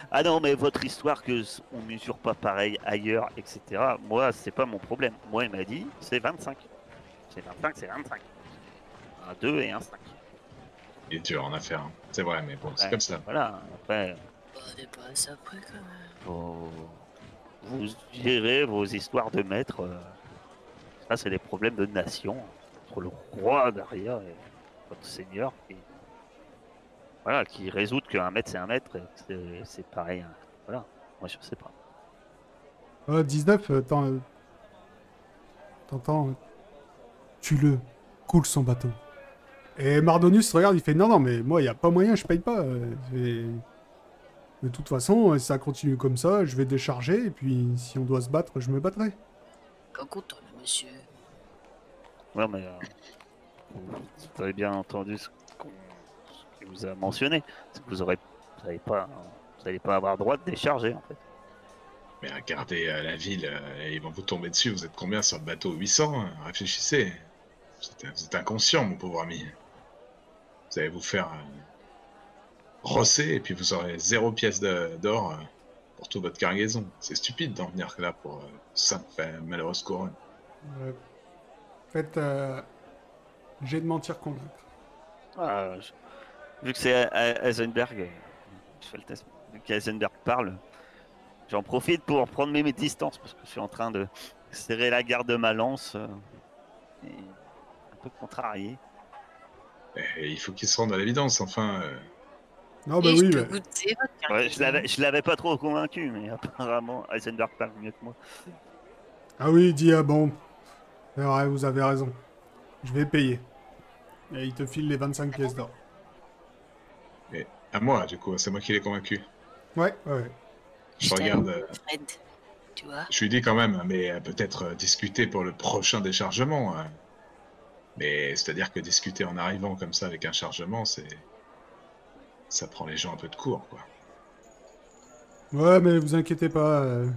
S2: Ah non, mais votre histoire que s- on mesure pas pareil ailleurs, etc. Moi, c'est pas mon problème. Moi, il m'a dit, c'est 25. C'est 25, c'est 25. Un 2 et un 5.
S3: Il est dur en affaire. hein. C'est vrai, mais bon, c'est
S2: Ouais.
S3: comme ça.
S2: Voilà. Après,
S4: Bah, On est pas assez après quand même.
S2: vous, vous gérez vos histoires de maître. euh, Ça, c'est des problèmes de nation. Entre le roi derrière et votre seigneur. Qui, voilà, qui résout qu'un maître, c'est un maître. et que c'est- C'est pareil. hein. Voilà. Moi, je sais pas.
S1: Euh, 19, euh, t'en- euh, t'entends. euh, Tue-le. Coule son bateau. Et Mardonius regarde, il fait Non, non, mais moi, il n'y a pas moyen, je paye pas. euh, c'est- De toute façon, euh, si ça continue comme ça, je vais décharger, et puis si on doit se battre, je me battrai.
S4: Pas content le monsieur.
S2: Non, mais euh, vous avez bien entendu ce qu'on ce qu'il vous a mentionné. C'est que vous aurez, vous n'allez pas, vous allez pas avoir droit de décharger en fait.
S3: Mais regardez euh, la ville, euh, ils vont vous tomber dessus. Vous êtes combien sur le bateau 800 hein Réfléchissez. Vous êtes, vous êtes inconscient, mon pauvre ami. Vous allez vous faire euh, rosser et puis vous aurez zéro pièce de- d'or euh, pour toute votre cargaison. C'est stupide d'en venir là pour euh, cinq fa- malheureuses couronnes.
S1: Euh, Faites. euh, J'ai de mentir convaincre.
S2: Ah, je- Vu que c'est à- à- Heisenberg, euh, je fais le test. Vu qu'Heisenberg parle, j'en profite pour prendre mes mes distances parce que je suis en train de serrer la garde de ma lance, euh, et un peu contrarié.
S3: Et Eh, il faut qu'ils se rendent à l'évidence, enfin. euh,
S1: Non, bah
S4: Et
S1: oui,
S4: je peux
S1: mais-
S4: goûter votre carte.
S2: Ouais, je l'avais, je l'avais pas trop convaincu, mais apparemment Heisenberg parle mieux que moi.
S1: Ah oui, il dit Ah bon. C'est vrai, vous avez raison. Je vais payer. Et il te file les 25 pièces d'or.
S4: Ah
S3: à moi, du coup, c'est moi qui l'ai convaincu.
S1: Ouais, ouais, ouais.
S3: Je
S4: Je t'avoue.
S3: regarde. euh,
S4: Fred, tu vois.
S3: Je lui dis quand même, mais euh, peut-être euh, discuter pour le prochain déchargement. euh. Mais c'est-à-dire que discuter en arrivant comme ça avec un chargement, c'est. Ça prend les gens un peu de court, quoi.
S1: Ouais, mais vous inquiétez pas, euh,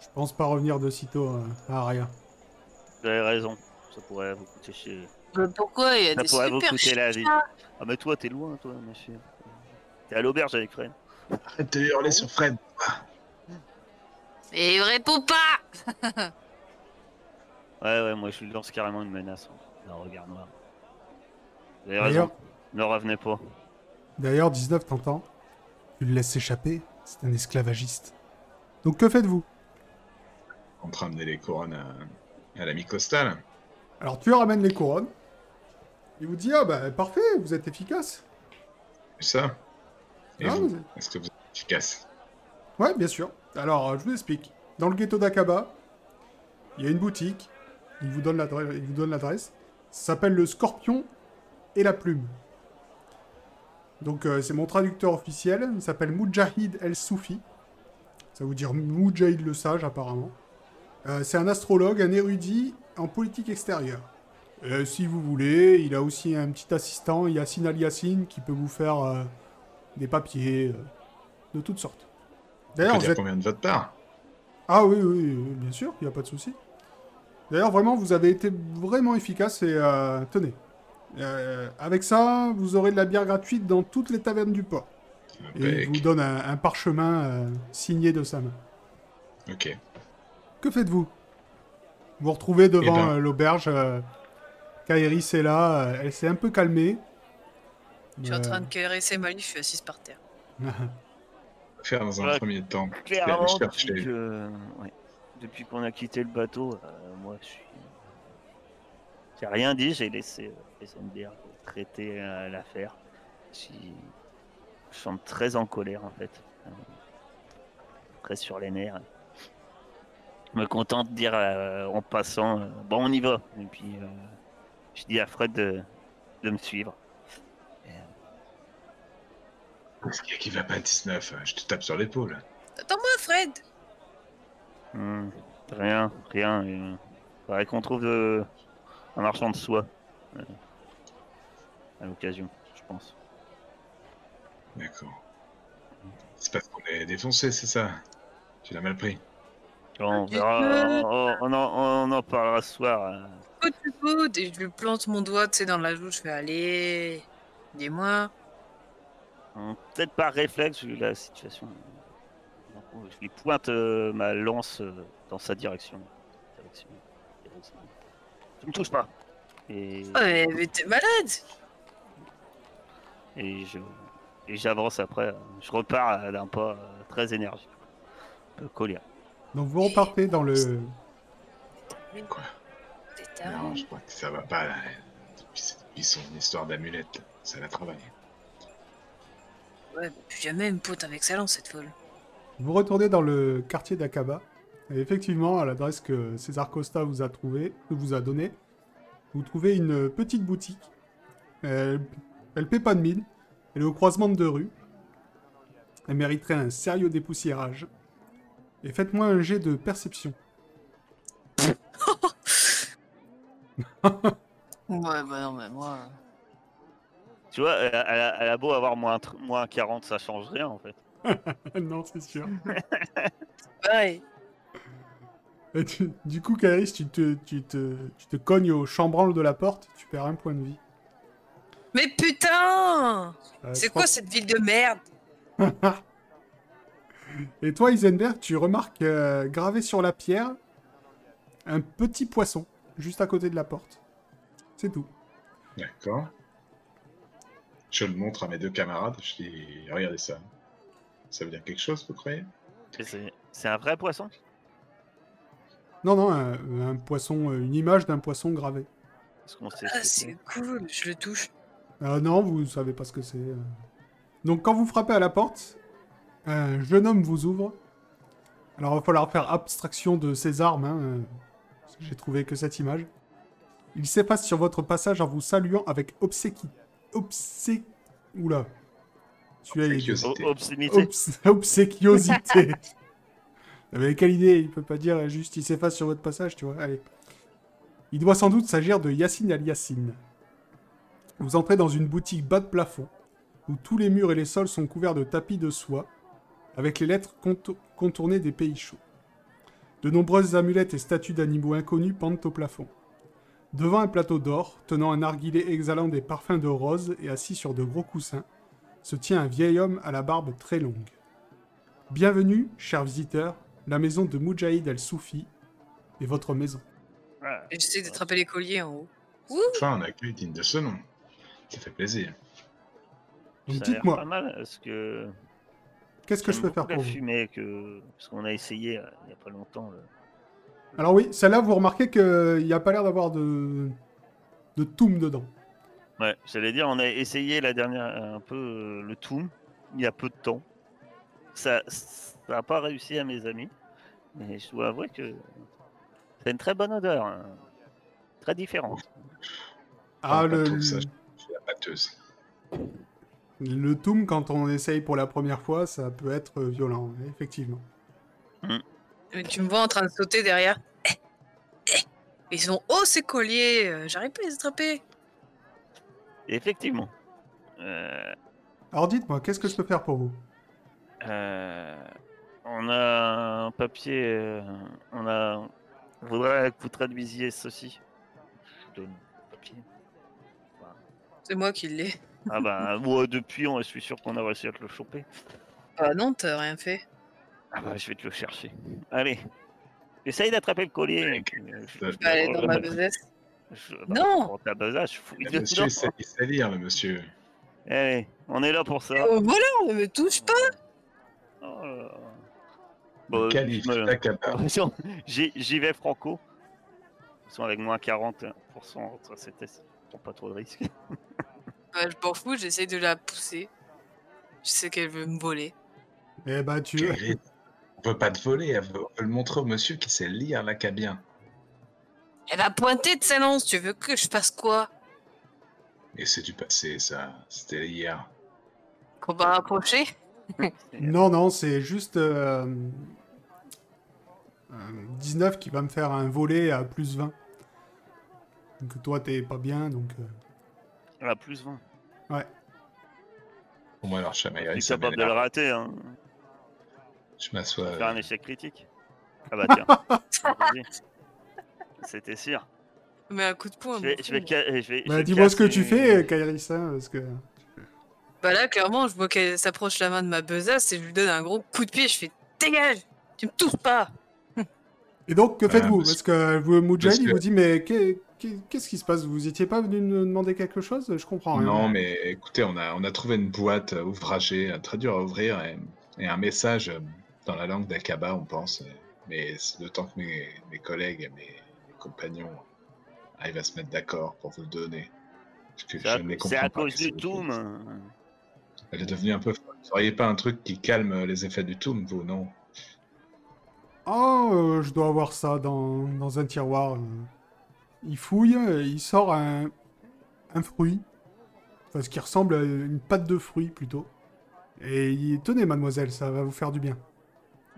S1: je pense pas revenir de sitôt euh, à rien.
S2: Vous avez raison, ça pourrait vous coûter cher.
S4: Mais pourquoi il y a
S2: Ça
S4: des
S2: pourrait vous
S4: super
S2: coûter la vie.
S4: chiens.
S2: Ah mais toi t'es loin toi monsieur. T'es à l'auberge avec Fred.
S3: Arrête de hurler sur Fred
S4: Et il répond pas
S2: Ouais ouais moi je lui lance carrément une menace. hein. Un regard noir. Vous avez
S1: D'ailleurs-
S2: raison. Ne revenez pas.
S1: D'ailleurs, 19, t'entends Tu le laisses échapper, c'est un esclavagiste. Donc que faites-vous
S3: En train de ramener les couronnes à, à l'ami Costal.
S1: Alors tu ramènes les couronnes, il vous dit Ah bah parfait, vous êtes efficace.
S3: C'est ça Et
S1: Ah,
S3: vous,
S1: vous êtes-
S3: Est-ce que vous êtes efficace
S1: Ouais, bien sûr. Alors, euh, je vous explique. Dans le ghetto d'Akaba, il y a une boutique. Il vous donne l'adresse. Il vous donne l'adresse. Ça s'appelle le Scorpion et la Plume. Donc, euh, c'est mon traducteur officiel. Il s'appelle Mujahid El Soufi. Ça veut dire Mujahid le Sage, apparemment. Euh, c'est un astrologue, un érudit en politique extérieure. Euh, si vous voulez, il a aussi un petit assistant, Yassine Al Yassine, qui peut vous faire euh, des papiers euh, de toutes sortes.
S3: Je
S1: D'ailleurs,
S3: peux
S1: vous
S3: dire
S1: êtes
S3: combien de votre part
S1: ah oui, oui, oui, bien sûr, il n'y a pas de souci. D'ailleurs, vraiment, vous avez été vraiment efficace et euh, tenez. Euh, avec ça, vous aurez de la bière gratuite dans toutes les tavernes du port. Et il
S3: Impec.
S1: vous donne un, un parchemin euh, signé de sa main.
S3: Ok.
S1: Que faites-vous Vous vous retrouvez devant
S3: Eh ben.
S1: euh, l'auberge. euh, Kaeris est là, euh, elle s'est un peu calmée.
S4: Je suis en train de caresser ma nuit, je suis assise par terre.
S1: Euh,
S3: Faire dans un
S2: Voilà.
S3: premier temps.
S2: Clairement
S3: je cherche
S2: depuis
S3: les-
S2: que- ouais. depuis qu'on a quitté le bateau, euh, moi je suis. J'ai rien dit, j'ai laissé euh, Heisenberg traiter euh, l'affaire. J'y- Je chante très en colère en fait. Euh, Très sur les nerfs. Je me contente de dire euh, en passant euh, bon on y va. Et puis euh, je dis à Fred de, de me suivre.
S3: Qu'est-ce qu'il y a qui va pas à 19 hein Je te tape sur l'épaule.
S4: Attends-moi, Fred
S2: Hmm, rien, rien. euh, faudrait qu'on trouve de... un marchand de soie. euh, à l'occasion, je pense.
S3: D'accord. C'est parce qu'on est défoncé, c'est ça Tu l'as mal pris.
S2: On
S4: Dites-le.
S2: verra, on, on en, on en parlera ce soir. euh,
S4: peux, tu peux. Et je lui plante mon doigt, tu sais, dans la joue. Je fais, allez, dis-moi.
S2: Hein, Peut-être par réflexe, vu la situation. Je lui pointe euh, ma lance euh, dans sa direction. Direction. Direction. Tu me touches pas. Et,
S4: Oh, mais, mais t'es malade
S2: et je et j'avance après. Je repars euh, d'un pas euh, très énergique. Un peu colère.
S1: Donc vous repartez dans le.
S3: Quoi
S4: T'es
S3: Non,
S4: taré.
S3: je crois que ça va pas hein. là. Depuis, depuis son histoire d'amulette, ça la travaille.
S4: Ouais, mais plus jamais une pote avec sa lance, cette folle.
S1: Vous retournez dans le quartier d'Akaba. Et effectivement, à l'adresse que César Costa vous a trouvé, vous a donnée, vous trouvez une petite boutique. Elle, elle paie pas de mine. Elle est au croisement de deux rues. Elle mériterait un sérieux dépoussiérage. Et faites-moi un jet de perception.
S4: Ouais, bah non, mais moi...
S2: Tu vois, elle a, elle a- elle a beau avoir moins, tr- moins 40, ça change rien en fait.
S1: non, c'est sûr.
S4: Pareil.
S1: Et tu- du coup, Caris, tu te, tu, te, tu te cognes au chambranle de la porte, tu perds un point de vie.
S4: Mais putain
S1: Euh,
S4: C'est
S1: je crois-
S4: quoi cette ville de merde
S1: Et toi, Heisenberg, tu remarques euh, gravé sur la pierre un petit poisson juste à côté de la porte. C'est tout.
S3: D'accord. Je le montre à mes deux camarades. Je dis, regardez ça. Ça veut dire quelque chose, vous croyez
S2: Et c'est- C'est un vrai poisson
S1: Non, non, un, un poisson, euh, une image d'un poisson gravé.
S2: Parce qu'on sait ce
S4: Ah,
S2: que c'est.
S4: c'est cool, je le touche.
S1: Ah non, vous savez pas ce que c'est. euh. Donc, quand vous frappez à la porte, un jeune homme vous ouvre. Alors, il va falloir faire abstraction de ses armes. hein, euh, parce que J'ai trouvé que cette image. Il s'efface sur votre passage en vous saluant avec obséqui... Obsé... Oula. Tu as les
S3: Obséquiosité.
S2: O- Obscénité.
S1: Obs- obséquiosité. Non, Mais quelle idée, il peut pas dire juste il s'efface sur votre passage, tu vois. Allez. Il doit sans doute s'agir de Yacine Al Yacine. Vous entrez dans une boutique bas de plafond, où tous les murs et les sols sont couverts de tapis de soie, avec les lettres contour- contournées des pays chauds. De nombreuses amulettes et statues d'animaux inconnus pendent au plafond. Devant un plateau d'or, tenant un narguilé exhalant des parfums de rose et assis sur de gros coussins, se tient un vieil homme à la barbe très longue. Bienvenue, chers visiteurs, la maison de Moujahid al-Soufi est votre maison.
S2: Ah,
S4: J'essaie d'attraper les colliers en haut.
S3: Enfin, un accueil digne de ce nom. Ça fait plaisir.
S1: Donc
S2: ça a l'air pas
S1: dites-moi,
S2: mal parce que.
S1: qu'est-ce que je peux
S2: j'aime
S1: faire
S2: beaucoup
S1: pour
S2: la
S1: vous
S2: fumée que. Parce qu'on a essayé euh, il y a pas longtemps. le-
S1: Alors oui, celle-là, vous remarquez qu'il n'y a pas l'air d'avoir de... de toum dedans.
S2: Ouais, j'allais dire, on a essayé la dernière, un peu euh, le tout, il y a peu de temps. Ça n'a pas réussi à mes amis, mais je dois avouer que c'est une très bonne odeur, hein. très différente.
S1: Ah,
S3: pas
S1: le,
S3: trop, ça, je- C'est la batteuse.
S1: le toum, quand on essaye pour la première fois, ça peut être violent, effectivement.
S4: Mais tu me vois en train de sauter derrière. Eh, Ils sont hauts ces colliers, euh, j'arrive pas à les attraper.
S2: Et effectivement. euh,
S1: Alors dites-moi, qu'est-ce que je peux faire pour vous
S2: euh, on a un papier, euh, on a. On voudrait que vous traduisiez ceci. Je vous donne le papier.
S4: C'est moi qui l'ai.
S2: Ah bah, moi, depuis, on, je suis sûr qu'on a réussi à te le choper.
S4: Ah non, t'as rien fait.
S2: Ah bah, je vais te le chercher. Allez. Essaye d'attraper le collier.
S3: Ok.
S2: Euh, je-
S3: Bah,
S4: Je vais aller dans ma
S2: Euh,
S4: besace.
S2: je-
S4: Non.
S2: dans ta besace, je fouille
S3: Le monsieur, il
S2: dedans.
S3: sait, il sait lire, le monsieur.
S2: Allez, on est là pour ça.
S4: Oh, voilà, ne me touche pas.
S2: Oh là là.
S3: Le
S2: Bon,
S3: calife,
S2: je me-
S3: Takaba.
S2: Attention, J'y j'y vais franco. Ils sont avec moins 40% sur ces tests. Ils prennent pas trop de risques.
S4: Bah, je m'en fous, j'essaie de la pousser. Je sais qu'elle veut me voler.
S1: Eh ben, tu...
S3: Calife, On peut pas te voler, elle veut- on peut le montrer au monsieur qui sait lire la cabine.
S4: Elle va pointer de sa lance, tu veux que je fasse quoi
S3: Et c'est du passé, ça. C'était hier.
S4: Qu'on va rapprocher
S1: Non, non, c'est juste euh, euh, 19 qui va me faire un volet à plus 20. Donc toi, t'es pas bien, donc... euh,
S2: On a plus 20.
S3: Pour moi, leur
S2: Je
S3: chamaillerie,
S2: suis
S3: ça
S2: capable de le
S3: m'énerve.
S2: rater. Hein.
S3: Je m'assois.
S2: Faire
S3: euh,
S2: un échec critique. Ah bah tiens. Vas-y. C'était sûr.
S4: Mais un coup de poing.
S2: Je vais,
S4: bon
S2: je vais,
S4: coup.
S2: ca- je vais- je
S1: Bah,
S2: vais
S1: dis-moi ce que
S2: casser-
S1: tu fais, euh, Kairis, hein, parce que.
S4: Bah là, clairement, je vois qu'elle s'approche la main de ma besace et je lui donne un gros coup de pied. Je fais dégage, tu me touches pas.
S1: Et donc, que
S3: Euh,
S1: faites-vous
S3: monsieur-
S1: Parce que vous- Moujahid, il
S3: monsieur-
S1: vous dit, mais qu'est- qu'est- qu'est-ce qui se passe Vous étiez pas venu me demander quelque chose Je comprends rien.
S3: Non, mais écoutez, on a, on a trouvé une boîte euh, ouvragée, euh, très dure à ouvrir, et, et un message euh, dans la langue d'Akaba, on pense. euh, Mais c'est le temps que mes, mes collègues et mes, mes compagnons arrivent à se mettre d'accord pour vous le donner. Parce que
S2: C'est à-
S3: je ne les
S2: C'est à
S3: comprends pas,
S2: cause
S3: qu'est-ce que
S2: du
S3: vous
S2: Doom.
S3: faites.
S2: hein.
S3: Elle est devenue un peu folle. Vous auriez pas un truc qui calme euh, les effets du Toum, vous, non
S1: Oh, euh, je dois avoir ça dans, dans un tiroir. euh. Il fouille, euh, il sort un, un fruit. Enfin, ce qui ressemble à une pâte de fruits, plutôt. Et il tenez, mademoiselle, ça va vous faire du bien.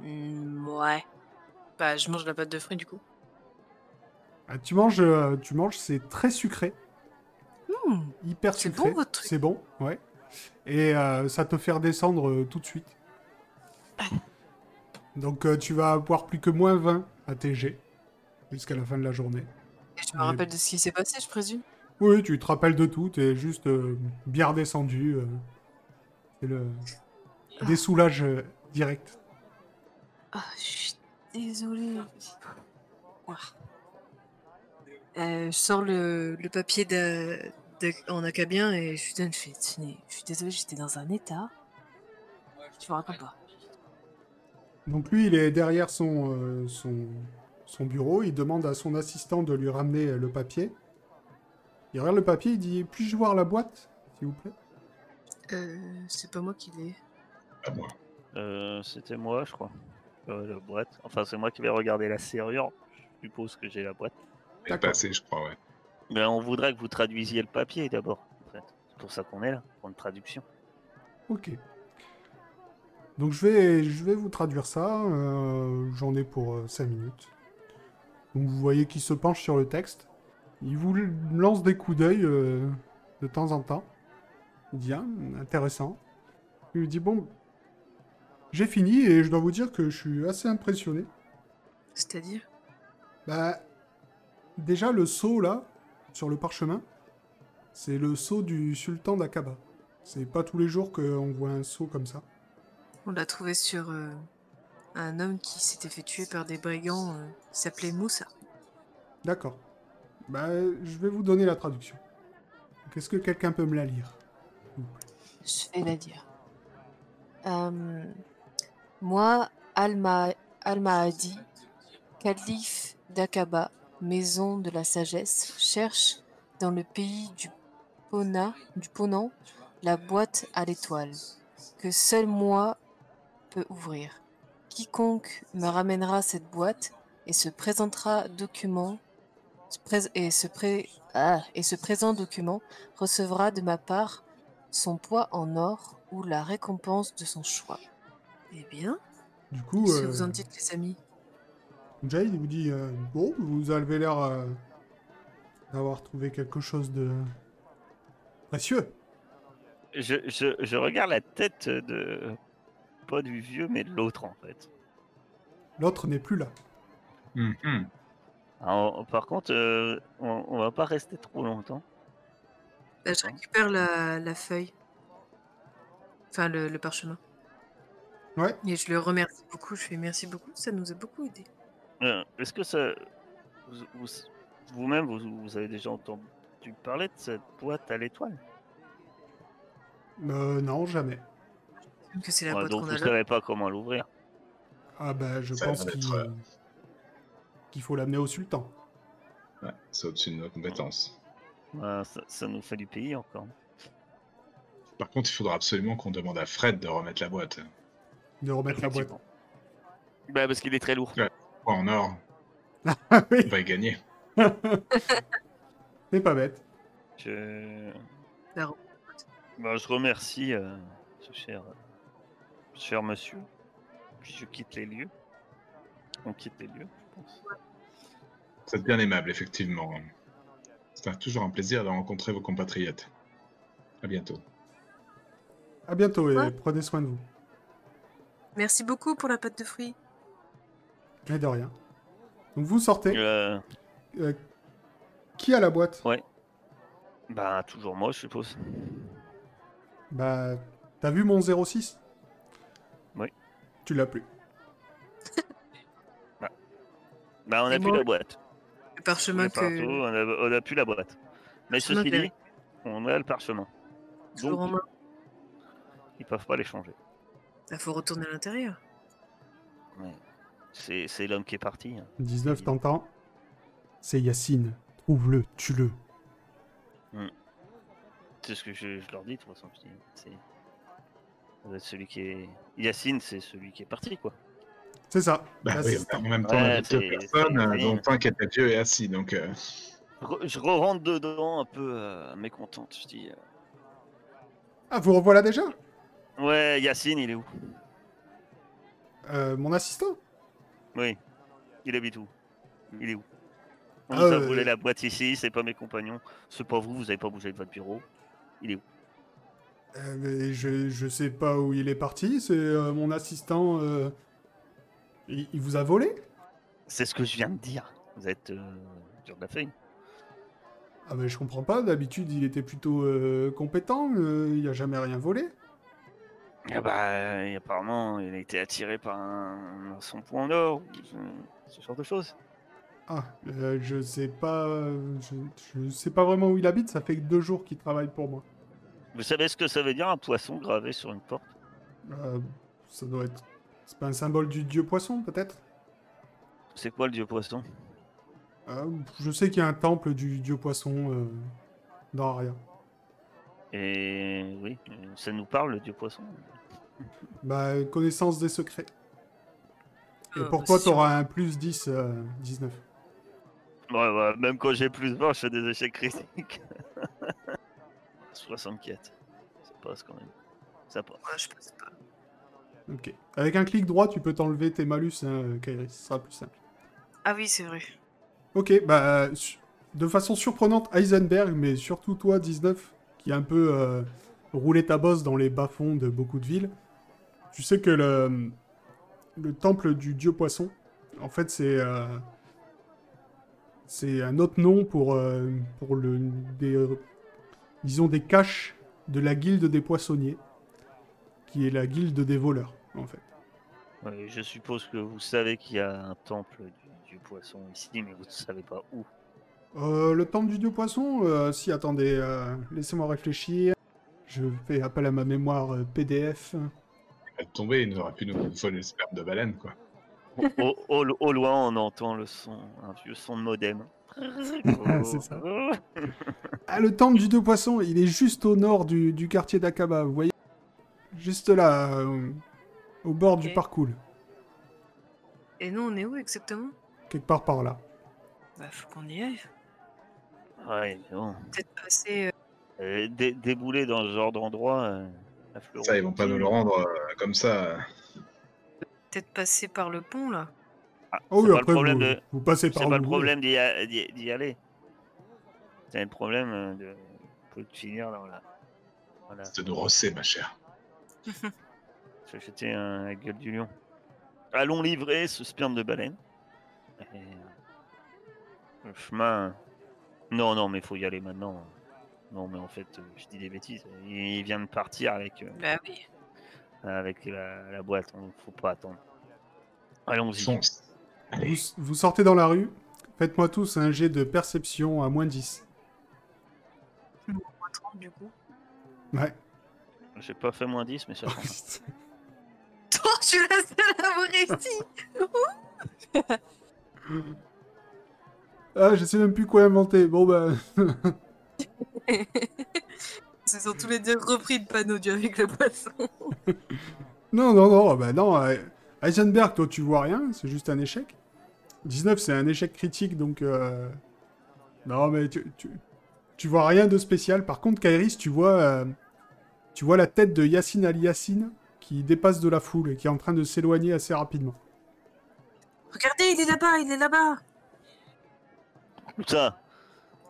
S4: Hmm, ouais. Bah, je mange la pâte de fruits du coup.
S1: Ah, tu manges, euh, tu manges, c'est très sucré.
S4: Hmm,
S1: hyper
S4: C'est
S1: sucré.
S4: bon, votre truc.
S1: C'est bon, ouais. Et euh, ça te fait redescendre euh, tout de suite. Donc euh, tu vas avoir plus que moins 20 à tes jets jusqu'à la fin de la journée.
S4: et je me
S1: Mais-
S4: rappelle de ce qui s'est passé, je présume.
S1: Oui, tu te rappelles de tout, t'es juste euh, bien redescendu. euh. c'est le dessoulage euh, direct.
S4: Ah, je suis désolée. Ouah. Euh, je sors le, le papier d'a- d'a- en acabien et je lui donne. Je fais, Tenez, je suis désolée, j'étais dans un état. Je vous raconte pas.
S1: Donc lui, il est derrière son, euh, son, son bureau, il demande à son assistant de lui ramener euh, le papier. Il regarde le papier, il dit, puis-je voir la boîte, s'il vous plaît
S4: Euh, c'est pas moi qui l'ai.
S3: Pas moi.
S2: Euh, C'était moi, je crois. Euh, la boîte. Enfin, c'est moi qui vais regarder la serrure. Je suppose que j'ai la boîte.
S3: Elle est
S1: D'accord.
S3: passée, je crois, ouais.
S2: Mais on voudrait que vous traduisiez le papier d'abord. En fait. C'est pour ça qu'on est là, pour une traduction.
S1: Ok. Donc je vais, je vais vous traduire ça. euh, J'en ai pour 5 minutes. Donc vous voyez qu'il se penche sur le texte. Il vous l- lance des coups d'œil euh, de temps en temps. Il dit, ah, intéressant. Il lui dit, bon, j'ai fini et je dois vous dire que je suis assez impressionné.
S4: C'est-à-dire
S1: Bah, déjà le sceau là, sur le parchemin, c'est le sceau du sultan d'Akaba. C'est pas tous les jours qu'on voit un sceau comme ça.
S4: On l'a trouvé sur euh, un homme qui s'était fait tuer par des brigands. euh, il s'appelait Moussa.
S1: D'accord. Bah, je vais vous donner la traduction. Donc, Est-ce que quelqu'un peut me la lire
S4: Je vais la dire. Euh, moi, Alma, Almahadi, calife d'Aqaba, maison de la sagesse, cherche dans le pays du, Pona, du Ponant la boîte à l'étoile, que seul moi peux ouvrir. Quiconque me ramènera cette boîte et se présentera document se prés- et se, pré- ah, et ce présent document recevra de ma part son poids en or ou la récompense de son choix. Eh bien,
S1: Du coup,
S4: si
S1: euh,
S4: vous en dites, les amis.
S1: Jaïd vous dit euh, Bon, vous avez l'air euh, d'avoir trouvé quelque chose de précieux.
S2: Je, je, je regarde la tête de. Pas du vieux, mais de l'autre en fait.
S1: L'autre n'est plus là. Mm-hmm.
S3: Mhm.
S2: Alors, par contre, euh, on, on va pas rester trop longtemps.
S4: Là, Bah, je récupère la, la feuille. Enfin, le, le parchemin.
S1: Ouais.
S4: Et je le remercie beaucoup. Je fais merci beaucoup. Ça nous a beaucoup aidé.
S2: Euh, Est-ce que ça. vous- vous- Vous-même, vous, vous avez déjà entendu parler de cette boîte à l'étoile
S1: Euh, non, jamais.
S4: Que c'est la
S2: Ouais,
S4: boîte
S2: Donc
S4: qu'on
S2: vous
S4: a là.
S2: savez pas comment l'ouvrir.
S1: Ah bah, je
S3: Ça
S1: pense
S3: doit
S1: qu'il
S3: être, euh,
S1: qu'il faut l'amener au sultan.
S3: Ouais, c'est au-dessus de nos compétences.
S2: Ouais, ça, ça nous fait du pays encore.
S3: Par contre, il faudra absolument qu'on demande à Fred de remettre la boîte.
S1: De remettre la boîte.
S2: Effectivement. Bah parce qu'il est très lourd.
S3: Poids en or,
S1: Ah
S3: on
S1: oui,
S3: va y gagner.
S1: c'est pas bête.
S2: Je,
S4: La re-
S2: bah, je remercie euh, ce cher, ce cher monsieur. Puis je quitte les lieux. On quitte les lieux, je pense.
S3: C'est bien aimable, effectivement. C'est un- toujours un plaisir de rencontrer vos compatriotes. À bientôt.
S1: À bientôt et
S4: Ouais.
S1: prenez soin de vous.
S4: Merci beaucoup pour la pâte de fruits.
S1: Mais de rien. Donc vous sortez.
S2: Euh,
S1: Euh, Qui a la boîte
S2: Bah, toujours moi, je suppose.
S1: Bah, t'as vu mon 06
S2: Oui.
S1: Tu l'as plus.
S2: Bah, on
S4: Et
S2: a plus
S4: moi
S2: la boîte.
S4: Le
S2: On est
S4: parchemin
S2: partout,
S4: que.
S2: on a, on a plus la boîte. Mais
S4: Parchemin
S2: ceci
S4: que
S2: dit, on a le parchemin.
S4: Toujours en
S2: Donc,
S4: main.
S2: ils peuvent pas l'échanger.
S4: Il faut retourner à l'intérieur.
S2: Ouais. C'est c'est l'homme qui est parti. hein.
S1: 19, t'entends C'est Yacine. Trouve-le, tue-le.
S2: C'est ce que je, je leur dis, de toute façon. je dis, C'est ça doit être celui qui est. Yacine, c'est celui qui est parti, quoi.
S1: Ah, C'est ça.
S3: Bah oui,
S1: L'assistant.
S3: en même temps, on
S2: Ouais,
S3: avait deux
S2: c'est-
S3: personnes,
S2: c'est-
S3: euh,
S2: c'est-
S3: dont un qui était vieux et assis, donc... euh,
S2: Re- je rentre dedans un peu euh, mécontente. Je dis euh,
S1: Ah, vous revoilà déjà
S2: Ouais, Yacine, il est où
S1: Euh, Mon assistant
S2: Oui, il habite où Il est où On
S1: Ah,
S2: nous a
S1: euh,
S2: volé la boîte ici, c'est pas mes compagnons, c'est pas vous, vous avez pas bougé de votre bureau.
S1: Euh, mais je, je sais pas où il est parti, c'est euh, mon assistant. euh, Il, il vous a volé
S2: C'est ce que je viens de dire. Vous êtes euh, dur de la feuille.
S1: Ah, mais je comprends pas, d'habitude il était plutôt euh, compétent, euh, il a jamais rien volé.
S2: Ah bah, euh, apparemment, il a été attiré par un, son point d'or, ou ce- ce genre de choses.
S1: Ah, euh, je sais pas. euh, Je, je sais pas vraiment où il habite, ça fait que deux jours qu'il travaille pour moi.
S2: Vous savez ce que ça veut dire un poisson gravé sur une porte
S1: Euh, ça doit être. C'est pas un symbole du dieu poisson, peut-être
S2: C'est quoi le dieu poisson
S1: Euh, Je sais qu'il y a un temple du dieu poisson euh, dans Aria.
S2: Et oui, euh, ça nous parle le dieu poisson.
S1: Bah, connaissance des secrets. Et
S4: Ah,
S1: pour
S4: bah,
S1: toi,
S4: c'est sûr.
S1: t'auras un plus 10, euh, 19.
S2: Ouais, ouais, même quand j'ai plus 20, je fais des échecs critiques. 64. Ça passe quand même. Ça passe.
S4: Ouais, bah, je pense pas.
S1: Ok. Avec un clic droit, tu peux t'enlever tes malus, hein, Kairi, ce sera plus simple.
S4: Ah oui, c'est vrai.
S1: Ok, bah, su- de façon surprenante, Heisenberg, mais surtout toi, 19, qui a un peu euh, roulé ta bosse dans les bas-fonds de beaucoup de villes, tu sais que le, le temple du dieu poisson, en fait, c'est euh, c'est un autre nom pour, euh, pour le, des, euh, disons, des caches de la guilde des poissonniers, qui est la guilde des voleurs, en fait.
S2: Ouais, je suppose que vous savez qu'il y a un temple du dieu poisson ici, mais vous ne savez pas où.
S1: Euh, le temple du dieu poisson euh, Si, attendez, euh, laissez-moi réfléchir. Je fais appel à ma mémoire euh, PDF.
S3: Elle est tombée, il nous aurait pu nous voler le sperme de baleine, quoi.
S2: Au, au- au- au loin, on entend le son, un vieux son de modem.
S1: C'est ça. Ah, le temple du dieu poisson, il est juste au nord du, du quartier d'Akaba, vous voyez Juste là, euh, au bord du
S4: Ok.
S1: parcours.
S4: Et nous, on est où exactement
S1: Quelque part par là.
S4: Bah, faut qu'on y aille.
S2: Ouais, mais bon.
S4: Peut-être passer. euh,
S2: Euh, dé- débouler dans ce genre d'endroit, euh, à fleur
S3: Ça, ils vont pas nous le rendre euh, comme ça.
S4: Peut-être passer par le pont là.
S2: Ah,
S1: Oh
S2: c'est
S1: oui,
S2: pas le
S1: après,
S2: problème
S1: vous,
S2: de-
S1: vous passez par
S2: C'est pas
S1: où
S2: le
S1: vous
S2: problème d'y a- d'y- d'y aller. C'est le problème euh, de, faut de finir dans la. Voilà.
S3: de nous rosser, ma chère.
S2: Se jeter un, la gueule du lion. Allons livrer ce sperme de baleine. Et, euh, Le chemin. Non, non, mais faut y aller maintenant. Non, mais en fait, euh, je dis des bêtises. Il vient de partir avec, euh,
S4: Bah oui.
S2: avec la, la boîte. On- Faut pas attendre.
S3: On
S2: Allons-y.
S3: fonce.
S1: vous,
S3: Allez,
S1: vous sortez dans la rue, faites-moi tous un jet de perception à moins 10.
S4: On va 30 du coup.
S1: Ouais.
S2: J'ai pas fait moins 10, mais ça. change.
S4: Toi, je suis la seule à avoir réussi
S1: ah, je sais même plus quoi inventer. Bon, bah.
S4: Ce sont tous les deux repris de panneau du avec le poisson.
S1: Non, non, non, bah non. euh, Heisenberg, toi, tu vois rien, c'est juste un échec. 19, c'est un échec critique, donc. euh, Non, mais tu, tu, tu vois rien de spécial. Par contre, Kairis, tu vois, euh, tu vois la tête de Yacine Ali Yacine qui dépasse de la foule et qui est en train de s'éloigner assez rapidement.
S4: Regardez, il est là-bas, il est là-bas.
S2: Où ça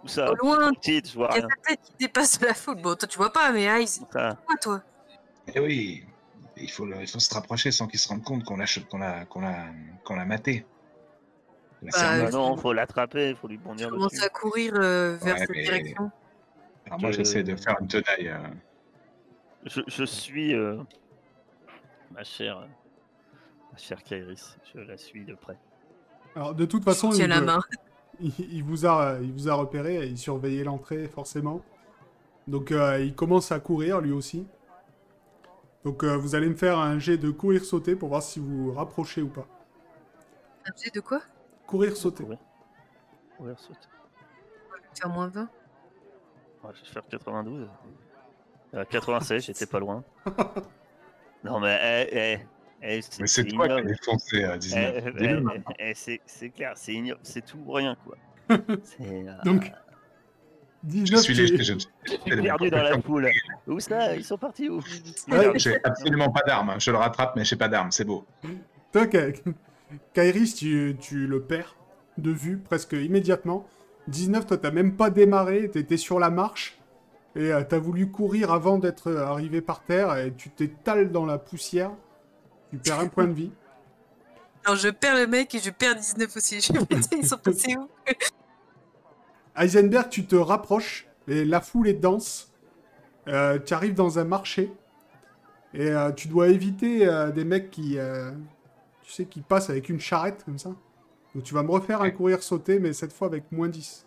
S2: Où ça
S3: Ah.
S4: Au loin,
S2: Petite, je vois
S4: il y a
S2: rien.
S4: sa tête qui dépasse la foule. Bon, toi, tu vois pas, mais Ice,
S2: Où ça
S4: toi, toi.
S3: Eh oui, il faut, le- il faut se rapprocher sans qu'ils se rendent compte qu'on l'a ch- qu'on l'a qu'on l'a qu'on l'a maté. La
S4: Bah,
S3: cernaque.
S2: Ah non, faut l'attraper, faut lui
S4: Je
S2: bondir le
S4: commence
S2: cul.
S4: à courir euh, vers
S3: Ouais,
S4: cette
S3: mais-
S4: direction.
S3: Alors moi,
S2: je-
S3: j'essaie de faire une tenaille. euh,
S2: Je, je suis euh, ma chère, ma chère Kairis, je la suis de près.
S1: Alors, de toute
S4: Je
S1: façon,
S4: tiens
S1: il,
S4: la
S1: le-
S4: main.
S1: il- il vous a, il vous a repéré, il surveillait l'entrée, forcément. Donc, euh, il commence à courir, lui aussi. Donc, euh, vous allez me faire un jet de courir-sauter pour voir si vous vous rapprochez ou pas.
S4: Un jet de quoi
S1: Courir-sauter.
S2: Courir. Courir, sauter.
S4: Faire moins 20.
S2: Ouais, Oh, je vais faire 92. Euh, 96, j'étais pas loin. Non mais, eh, eh, eh, c'est
S3: Mais c'est
S2: c'est
S3: toi qui as
S2: ignoble.
S3: défoncé à
S2: Eh,
S3: 19.
S2: eh,
S3: Dis-le,
S2: eh,
S3: maintenant.
S2: eh, c'est c'est clair, c'est ignoble, c'est tout ou rien quoi. C'est, euh,
S1: Donc,
S3: Je
S1: 19,
S3: suis
S1: tu-
S3: léger, je me suis
S2: je suis
S3: elle est
S2: perdu dans
S3: pas
S2: la
S3: comme-
S2: foule. Où ça Ils sont partis où
S1: Ouais,
S3: J'ai absolument pas d'arme. hein. Je le rattrape, mais j'ai pas d'arme. C'est beau.
S1: Toi, Ka- Kairis, tu, tu le perds de vue presque immédiatement. 19, toi, t'as même pas démarré, t'étais sur la marche. Et euh, t'as voulu courir avant d'être euh, arrivé par terre, et tu t'étales dans la poussière. Tu perds un point de vie.
S4: Non, je perds le mec et je perds 19 aussi. Je putain, ils sont passés où
S1: Heisenberg, tu te rapproches, et la foule est dense. Euh, tu arrives dans un marché, et euh, tu dois éviter euh, des mecs qui, euh, tu sais, qui passent avec une charrette, comme ça. Donc tu vas me refaire un courir sauté, mais cette fois avec moins 10.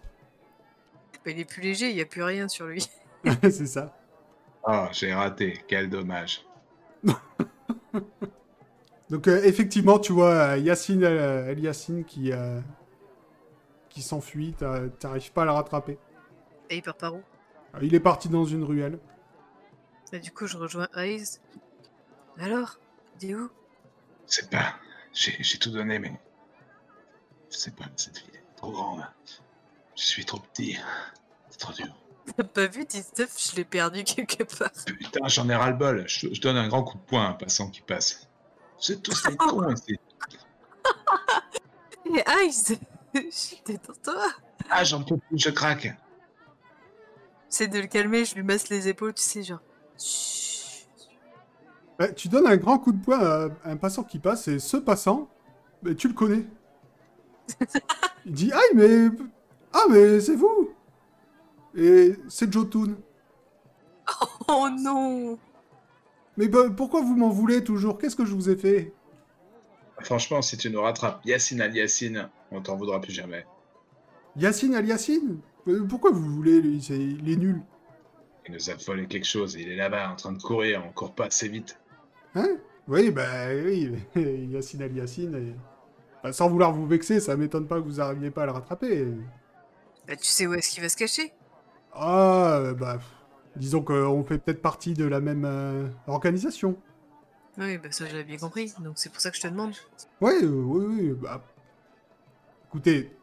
S4: Bah, Il est plus léger, il n'y a plus rien sur lui.
S1: C'est ça.
S3: Ah, j'ai raté. Quel dommage.
S1: Donc euh, effectivement, tu vois euh, Yacine euh, El Yacine qui, euh, qui s'enfuit, t'as- t'arrives pas à le rattraper.
S4: Et il part par où
S1: Euh, il est parti dans une ruelle.
S4: Bah, Du coup, je rejoins Ice. Alors Il est où
S3: C'est pas. J'ai j'ai tout donné, mais. Je sais pas, cette ville est trop grande. hein. Je suis trop petit. C'est trop dur.
S4: T'as pas vu 19 Je l'ai perdu quelque part.
S3: Putain, j'en ai ras-le-bol. Je, je donne un grand coup de poing à un passant qui passe. C'est tous des cons ici.
S4: Et ah, Ice J'étais dans toi
S3: Ah, j'en peux plus, je craque.
S4: C'est de le calmer, je lui masse les épaules, tu sais, genre. Chut.
S1: Euh, tu donnes un grand coup de poing à un passant qui passe, et ce passant, mais tu le connais. il dit Ah, mais. Ah, mais c'est vous Et c'est Jotun.
S4: Oh non
S1: Mais bah, pourquoi vous m'en voulez toujours Qu'est-ce que je vous ai fait
S3: Franchement, si tu nous rattrapes, Yacine al Yacine, on t'en voudra plus jamais.
S1: Yacine Al Yacine Euh, Pourquoi vous voulez lui C'est- Il est nul.
S3: Il nous a volé quelque chose, il est là-bas en train de courir, on court pas assez vite.
S1: Oui, bah oui, Yacine Al Yacine. et- bah, sans vouloir vous vexer, ça m'étonne pas que vous arriviez pas à le rattraper.
S4: Bah, tu sais où est-ce qu'il va se cacher
S1: Ah, euh, bah, pff, disons qu'on fait peut-être partie de la même euh, organisation.
S4: Oui, bah ça, je l'avais bien compris, donc c'est pour ça que je te demande.
S1: Ouais, euh, oui, oui, bah. Écoutez,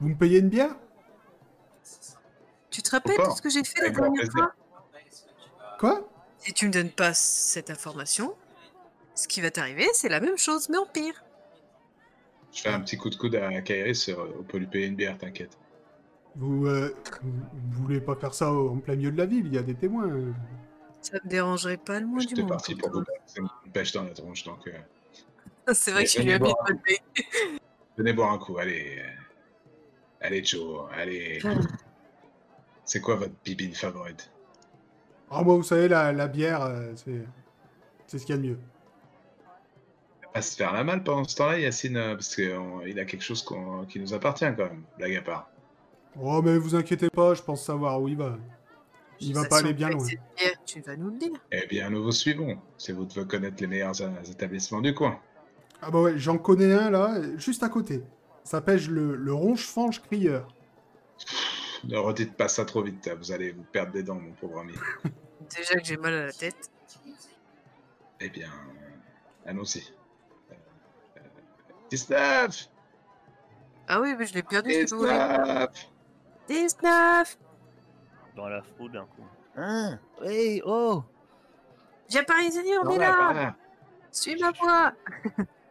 S1: vous me payez une bière
S4: Tu te rappelles
S3: Encore
S4: tout ce que j'ai fait la
S3: Avec grand
S4: dernière
S3: plaisir.
S4: fois
S1: Quoi
S4: Si tu me donnes pas cette information, ce qui va t'arriver, c'est la même chose, mais en pire.
S3: Je fais un petit coup de coude à Kairis, euh, on peut lui payer une bière, t'inquiète.
S1: vous, euh, vous vous voulez pas faire ça en plein milieu de la ville, il y a des témoins.
S4: Ça me dérangerait pas le moins du
S3: J'étais
S4: monde.
S3: parti pour
S4: pourtant.
S3: vous c'est une pêche dans la tronche, donc euh,
S4: C'est vrai
S3: Mais
S4: que je lui
S3: venez
S4: ai mis de
S3: voir.
S4: bonne paye.
S3: venez boire un coup, allez. euh, Allez Joe, allez. C'est quoi votre bibine favorite
S1: Ah, moi, vous savez, la, la bière, euh, c'est. C'est ce qu'il y a de mieux.
S3: On va Pas se faire la malle pendant ce temps-là, Yacine, euh, parce qu'il a quelque chose qu'on- qui nous appartient quand même, blague à part.
S1: Oh, mais vous inquiétez pas, je pense savoir où il va. Il va
S4: Ça
S1: pas
S4: sent
S1: aller bien
S4: avec
S1: loin.
S4: cette bière, tu vas nous le dire.
S3: Eh bien, nous vous suivons, si vous devez connaître les meilleurs euh, établissements du coin.
S1: Ah bah ouais, j'en connais un là, juste à côté. Ça s'appelle le, le ronche-fange crieur.
S3: Ne redites pas ça trop vite, vous allez vous perdre des dents, mon pauvre ami.
S4: Déjà que j'ai mal à la tête.
S3: Eh bien, euh, allons-y. Euh, euh, 19
S4: Ah oui, mais je l'ai perdu, ce que vous voulez.
S3: 19
S4: 19
S2: Dans la foule d'un coup. Hein Oui, oh
S4: Viens par ici, on est
S3: Voilà,
S4: là
S3: voilà.
S4: Suis ma voix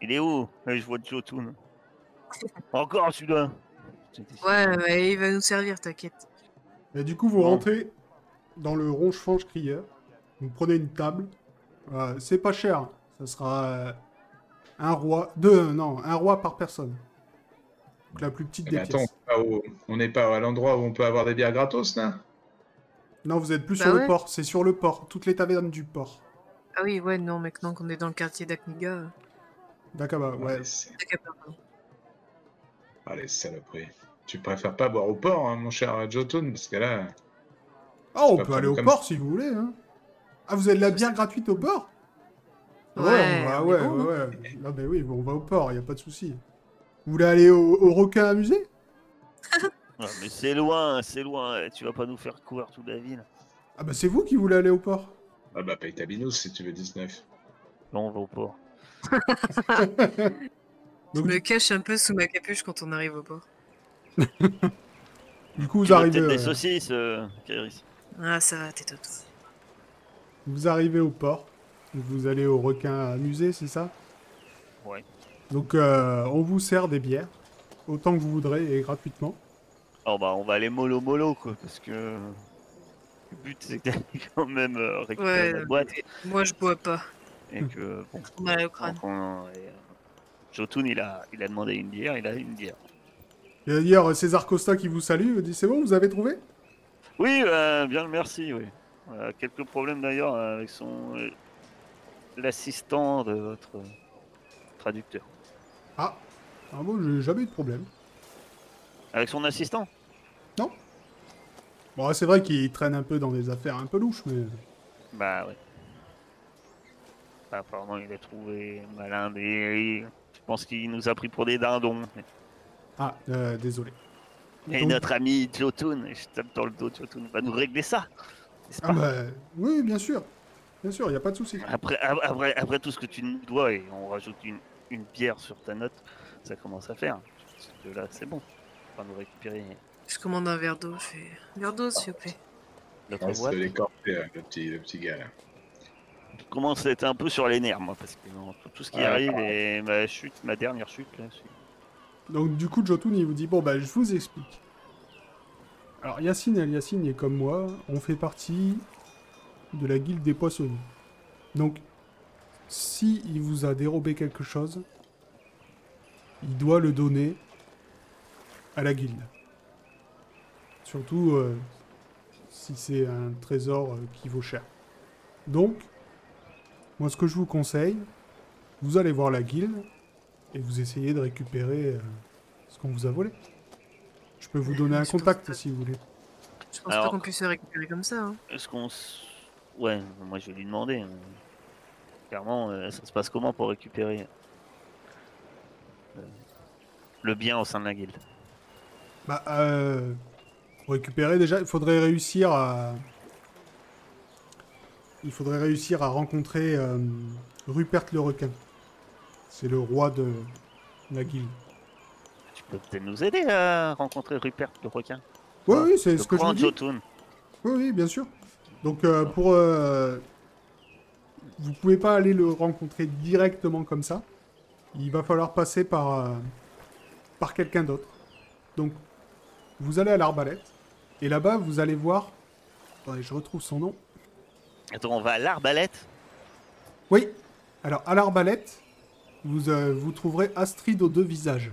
S2: Il est où Euh, Je vois Jotun. Encore celui-là
S4: Ouais, mais il va nous servir, t'inquiète.
S1: Et du coup, vous
S2: Bon.
S1: rentrez dans le ronche-fange crieur. Vous prenez une table. Euh, c'est pas euh, cher. Ça sera euh, un roi. Deux, non, un roi par personne. Donc la plus petite
S3: Eh
S1: des
S3: ben, attends,
S1: pièces.
S3: on n'est pas au- on n'est pas à l'endroit où on peut avoir des bières gratos, là
S1: Non, vous êtes plus
S4: Bah
S1: sur le
S4: ouais.
S1: port. C'est sur le port. Toutes les tavernes du port.
S4: Ah oui, ouais, non, maintenant qu'on est dans le quartier d'Akniga. euh,
S1: D'accord, bah, ouais.
S3: Allez, c'est-
S4: D'Akaba, pardon.
S3: allez, saloperie. Tu préfères pas boire au port, hein, mon cher Jotun, parce que là,
S1: Ah, on
S3: pas
S1: peut
S3: prévu
S1: aller au
S3: comme
S1: port si vous voulez. Hein. Ah, vous avez de la bière gratuite au port on
S4: Ouais,
S1: va-
S4: on est
S1: ah
S4: hein.
S1: ouais,
S4: bon,
S1: ouais, ouais. Non, mais oui, bon, on va au port, il a pas de souci. Vous voulez aller au, au requin amusé
S2: Ah, mais c'est loin, c'est loin. eh, Tu vas pas nous faire courir toute la ville.
S1: Ah, bah c'est vous qui voulez aller au port.
S3: ah bah, paye ta binouse si tu veux 19.
S2: Non, on va au port.
S4: Je
S1: Donc,
S4: me cache un peu sous ma capuche quand on arrive au port.
S1: Du coup,
S2: Tu
S1: vous
S2: veux peut-être
S1: arrivez,
S2: des
S1: euh,
S2: saucisses, euh, Kairis
S4: Ah, ça va, t'es tout.
S1: vous arrivez au port. Vous allez au requin amusé, c'est ça
S2: Ouais.
S1: Donc, euh, on vous sert des bières, autant que vous voudrez et gratuitement.
S2: Alors bah on va aller mollo mollo quoi parce que euh, le but c'est d'aller quand même euh, récupérer
S4: Ouais,
S2: la boîte
S4: Moi, je bois pas.
S2: et que bon.
S4: Mal au crâne.
S2: donc on- et, euh, Jotun il a il a demandé une bière, il a une bière.
S1: Et D'ailleurs, César Costa qui vous salue, vous dit c'est bon, vous avez trouvé
S2: Oui euh, bien le merci oui. Euh, quelques problèmes d'ailleurs euh, avec son euh, l'assistant de votre euh, traducteur.
S1: Ah, ah bon, j'ai jamais eu de problème.
S2: Avec son assistant
S1: Bon, c'est vrai qu'il traîne un peu dans des affaires un peu louches, mais
S2: Bah ouais. Bah, apparemment il a trouvé malin mais je pense qu'il nous a pris pour des dindons.
S1: ah, euh, désolé.
S2: Et
S1: Donc-
S2: notre ami Jotun, je tape dans le dos Jotun, va nous régler ça. n'est-ce
S1: Ah
S2: pas
S1: bah oui, bien sûr, bien sûr, il y a pas de souci.
S2: après, ab- après, après tout ce que tu nous dois, et on rajoute une, une bière sur ta note, ça commence à faire. De là, c'est bon. On va nous récupérer
S4: Je commande un verre d'eau. Je fais un verre d'eau, s'il vous plaît.
S2: notre
S3: Reste
S2: boîte.
S3: de l'écorter, euh, le petit, le petit gars, là.
S2: Je commence à être un peu sur les nerfs, moi, parce que non, tout, tout ce qui
S3: Ouais,
S2: arrive et ma chute, ma dernière chute, là, c'est-
S1: Donc du coup, Jotun, il vous dit, bon, bah, je vous explique. Alors, Yacine El Yacine est comme moi, on fait partie de la guilde des poissonniers. Donc, si il vous a dérobé quelque chose, il doit le donner à la guilde. Surtout euh, si c'est un trésor euh, qui vaut cher. Donc, moi, ce que je vous conseille, vous allez voir la guilde et vous essayez de récupérer euh, ce qu'on vous a volé. Je peux vous donner un
S4: Je pense
S1: contact
S4: pas.
S1: si vous voulez.
S4: Je pense
S2: Alors-
S4: pas qu'on puisse se récupérer comme ça. Hein.
S2: Est-ce qu'on. s- Ouais, moi je vais lui demander. hein. Clairement, euh, ça se passe comment pour récupérer euh, le bien au sein de la guilde
S1: Bah, euh, pour récupérer déjà, il faudrait réussir à. Il faudrait réussir à rencontrer euh, Rupert le requin. C'est le roi de la guilde.
S2: Tu peux peut-être nous aider à rencontrer Rupert le requin.
S1: Oui,
S2: Ah,
S1: oui, c'est
S2: Le
S1: ce que je vous
S2: grand
S1: dis.
S2: Jotun.
S1: Oui, oui, bien sûr. Donc, euh, pour. euh, vous pouvez pas aller le rencontrer directement comme ça. Il va falloir passer par. euh, par quelqu'un d'autre. Donc, vous allez à l'arbalète. Et là-bas, vous allez voir. Attendez, je retrouve son nom.
S2: Attends, on va à l'arbalète.
S1: Oui. Alors, à l'arbalète, vous, euh, vous trouverez Astrid aux deux visages.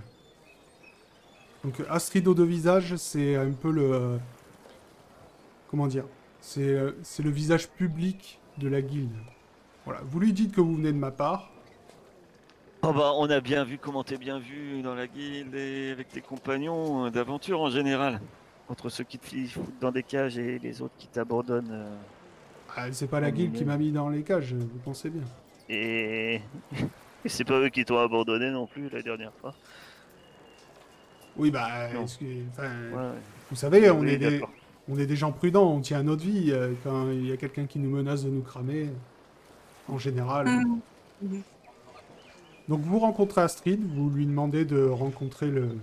S1: Donc, euh, Astrid aux deux visages, c'est un peu le. euh, comment dire C'est euh, c'est le visage public de la guilde. Voilà. Vous lui dites que vous venez de ma part.
S2: Oh bah, on a bien vu comment t'es bien vu dans la guilde et avec tes compagnons euh, d'aventure en général. Contre ceux qui te fi- foutent dans des cages et les autres qui t'abandonnent. euh,
S1: Ah, c'est pas la guilde qui m'a mis dans les cages, vous pensez bien.
S2: et... et c'est pas eux qui t'ont abandonné non plus la dernière fois.
S1: Oui, bah.
S2: Non.
S1: excusez- enfin,
S2: Ouais, ouais.
S1: Vous savez, on,
S2: Oui,
S1: est des,
S2: d'accord.
S1: on est des gens prudents, on tient à notre vie. euh, Quand il y a quelqu'un qui nous menace de nous cramer, en général.
S4: Mm.
S1: Donc vous rencontrez Astrid, vous lui demandez de rencontrer le,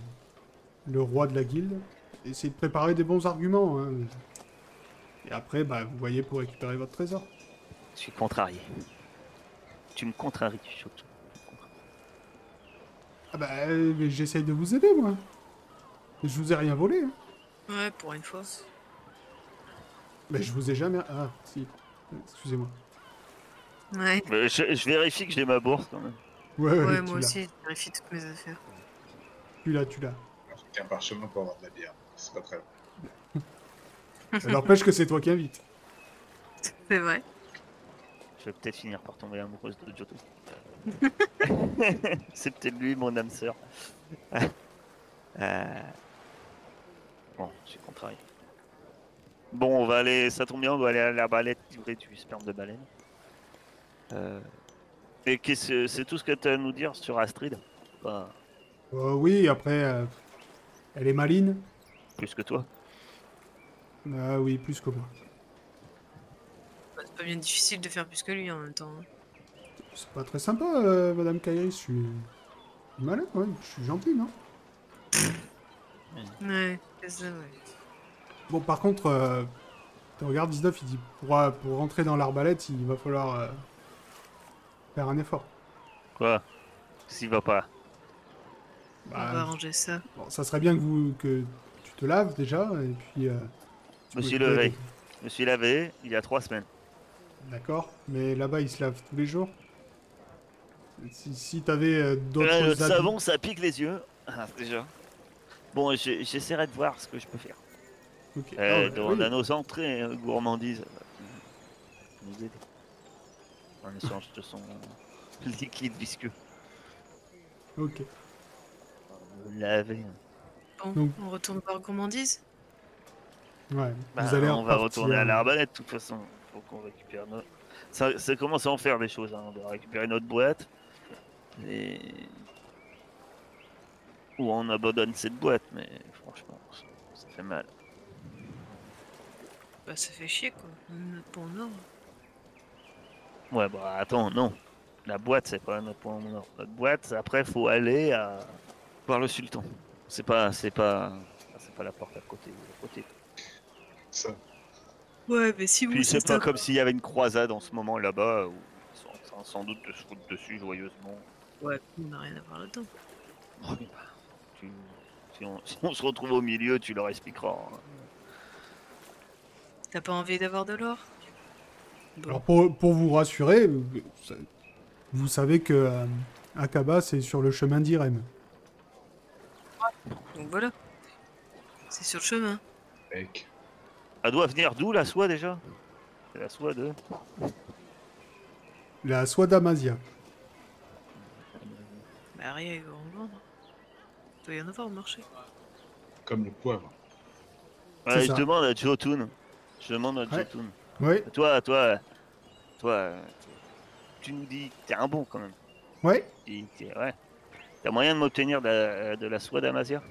S1: le roi de la guilde. Essayez de préparer des bons arguments. hein. Et après, bah, vous voyez pour récupérer votre trésor.
S2: Je suis contrarié. Tu me contraries, surtout.
S1: Ah bah, euh, mais j'essaye de vous aider, moi. Je vous ai rien volé. hein.
S4: Ouais, pour une fois.
S1: Mais je vous ai jamais... Ah, si. Excusez-moi.
S4: Ouais,
S2: Mais Je, je vérifie que j'ai ma bourse quand même.
S1: Ouais, ouais,
S4: ouais
S1: tu
S4: moi
S1: l'as,
S4: aussi, je vérifie toutes mes affaires.
S1: Tu l'as, tu l'as.
S3: un parchemin pour avoir de la bière. C'est pas très long.
S1: Ça n'empêche que c'est toi qui invites.
S4: C'est vrai.
S2: Je vais peut-être finir par tomber amoureuse de Giotto. c'est peut-être lui mon âme sœur. Euh, Bon, j'ai contrarié. Bon, on va aller, ça tombe bien, on va aller à la balette livrer du sperme de baleine. Euh, Et qu'est-ce- c'est tout ce que tu as à nous dire sur Astrid Pas
S1: Euh, oui, après, euh, elle est maline.
S2: plus que toi.
S1: Ah oui, plus que moi.
S4: Bah, C'est pas bien difficile de faire plus que lui en même temps. hein.
S1: C'est pas très sympa, euh, Madame Kairi. Je suis malin, ouais. Je suis gentil, non
S4: Ouais, c'est ça, ouais.
S1: Bon, par contre, euh, regarde 19, il dit pour, euh, pour rentrer dans l'arbalète, il va falloir euh, faire un effort.
S2: Quoi S'il va pas.
S4: On
S1: Bah,
S4: va arranger ça.
S1: bon, ça serait bien que, vous, que tu te laves déjà, et puis. euh, tu
S2: Je
S1: peux
S2: me suis
S1: te laver.
S2: levé. Je me suis lavé il y a trois semaines.
S1: D'accord, mais là-bas, ils se lavent tous les jours. Si, si t'avais euh, d'autres.
S2: Euh, le
S1: habits-
S2: savon, ça pique les yeux. Ah, déjà. Bon, je- j'essaierai de voir ce que je peux faire.
S1: Ok. Ah,
S2: Euh, dans,
S1: oui.
S2: dans nos entrées euh, gourmandises, euh, nous aider. En échange de son liquide visqueux.
S1: Ok.
S2: Vous l'avez. hein.
S4: Bon,
S1: Donc-
S4: on retourne par gourmandise
S1: Ouais.
S2: Bah,
S1: vous allez
S2: on va
S1: repartir-
S2: retourner à l'arbalète de toute façon. Faut qu'on récupère notre. Ça, ça commence à en faire des choses. hein. On doit récupérer notre boîte. Et... Ou on abandonne cette boîte, mais franchement, ça, ça fait mal.
S4: Bah ça fait chier quoi. hein. Notre point nord.
S2: Ouais, bah attends, non. La boîte, c'est pas notre point mort. Notre boîte, c'est après, faut aller à... voir le sultan. C'est pas, c'est pas, c'est pas la porte à côté. à côté.
S3: Ça,
S4: Ouais, mais si vous
S2: Puis c'est
S4: êtes
S2: pas
S4: un-
S2: comme s'il y avait une croisade en ce moment là-bas où ils sont en train, sans doute de se foutre dessus joyeusement.
S4: Ouais, on n'a rien à voir là-dedans.
S2: Oh, mais bah, tu- si, on, si on se retrouve au milieu, tu leur expliqueras. hein.
S4: T'as pas envie d'avoir de l'or
S1: Alors pour, pour vous rassurer, euh, ça- vous savez que euh, Akaba c'est sur le chemin d'Irem.
S4: Donc voilà. C'est sur le chemin.
S3: mec.
S2: Elle doit venir d'où la soie déjà C'est La soie de.
S1: La soie d'Amazia.
S4: Bah rien, il va en vendre. Il doit y en avoir au marché.
S3: Comme le poivre.
S2: Ouais, je
S1: ça.
S2: demande à Jotun. Je demande à
S1: Ouais.
S2: Jotun.
S1: Oui,
S2: Toi, toi, toi, euh, tu nous dis que t'es un bon quand même.
S1: oui.
S2: Et t'es- ouais. T'as moyen de m'obtenir de, la- de la soie d'Amazia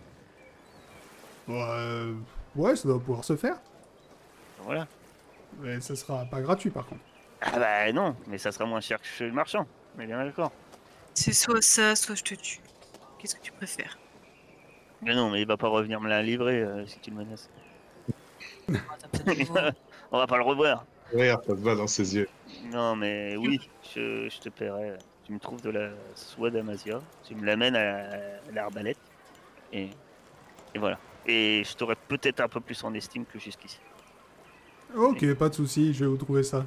S1: Bon, euh, ouais, ça doit pouvoir se faire.
S2: Voilà.
S1: Mais ça sera pas gratuit par contre.
S2: Ah bah non, mais ça sera moins cher que chez le marchand. On est bien d'accord.
S4: C'est soit ça, soit je te tue. Qu'est-ce que tu préfères
S2: Mais non, mais il va pas revenir me la livrer euh, si tu le menaces.
S4: Ah, t'as peut-être raison.
S2: On va pas le revoir.
S3: Regarde, ça te va dans ses yeux.
S2: Non, mais oui, je, je te paierai. Tu me trouves de la soie d'Amazia, tu me l'amènes à l'arbalète, et, et voilà. Et je t'aurai peut-être un peu plus en estime que jusqu'ici.
S1: Ok, pas de souci, je vais vous trouver ça.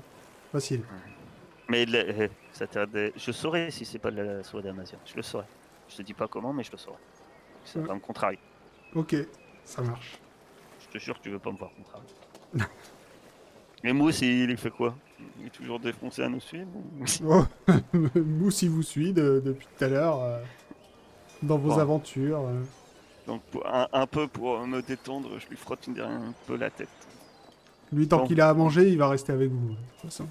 S1: Facile.
S2: Mais de la- euh, ça t'intéresse- je saurai si c'est pas de la soie d'Amazia, je le saurai. Je te dis pas comment, mais je le saurai. Ça va me contrarier.
S1: Ok, ça marche.
S2: Je te jure, tu veux pas me voir contrarier. Mais Mousse, il il fait quoi Il est toujours défoncé à nous suivre ou-
S1: Oh, Mousse, il vous suit de- depuis tout à l'heure euh, dans vos
S2: Bon.
S1: aventures. euh.
S2: Donc, pour- un, un peu pour me détendre, je lui frotte une, un peu la tête.
S1: Lui, tant
S2: Bon.
S1: qu'il a à manger, il va rester avec vous. de toute façon.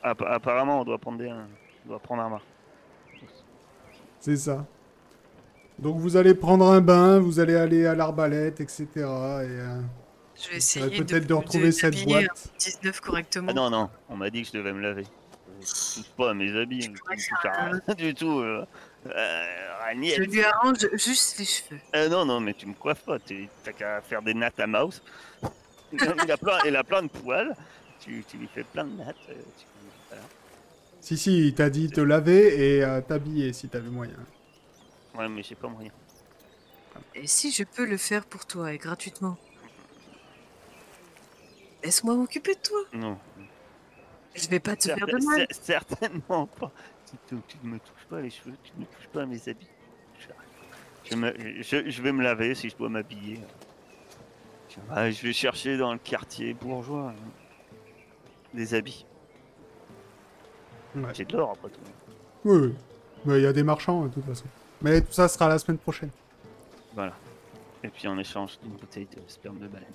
S2: App- apparemment, on doit prendre des- un, on doit prendre un mar.
S1: C'est ça. Donc vous allez prendre un bain, vous allez aller à l'arbalète, etc. Et euh,
S4: Je vais
S1: vous
S4: essayer
S1: essayerez peut-être de, retrouver
S4: de-
S1: cette
S4: d'habiller un
S1: boîte.
S4: 19 correctement.
S2: Ah non, non, on m'a dit que je devais me laver. Euh, Je touche pas à mes habits, hein. je ne touche à rien du tout. Euh, euh, Ragnier.
S4: je lui arrange juste les cheveux.
S2: Euh, non, non, mais tu me coiffes pas, tu- t'as qu'à faire des nattes à mouse. il, a plein, il a plein de poils, tu, tu lui fais plein de nattes. euh, tu- voilà.
S1: Si, si, il t'a dit te laver et euh, t'habiller si t'avais moyen.
S2: Ouais, mais j'ai pas moyen.
S4: Et si je peux le faire pour toi et gratuitement Laisse-moi m'occuper de toi.
S2: Non.
S4: Je vais pas te faire de
S2: Certain-
S4: mal.
S2: cer- Certainement pas. Tu, te- tu ne me touches pas les cheveux, tu ne me touches pas mes habits. Je- Je, me- je- je vais me laver si je dois m'habiller. Je, ah, je vais chercher dans le quartier bourgeois hein, des habits.
S1: Ouais.
S2: J'ai de l'or après tout.
S1: Oui, oui. Mais il y a des marchands, de toute façon. Mais tout ça sera la semaine prochaine.
S2: Voilà. Et puis en échange d'une bouteille de sperme de baleine.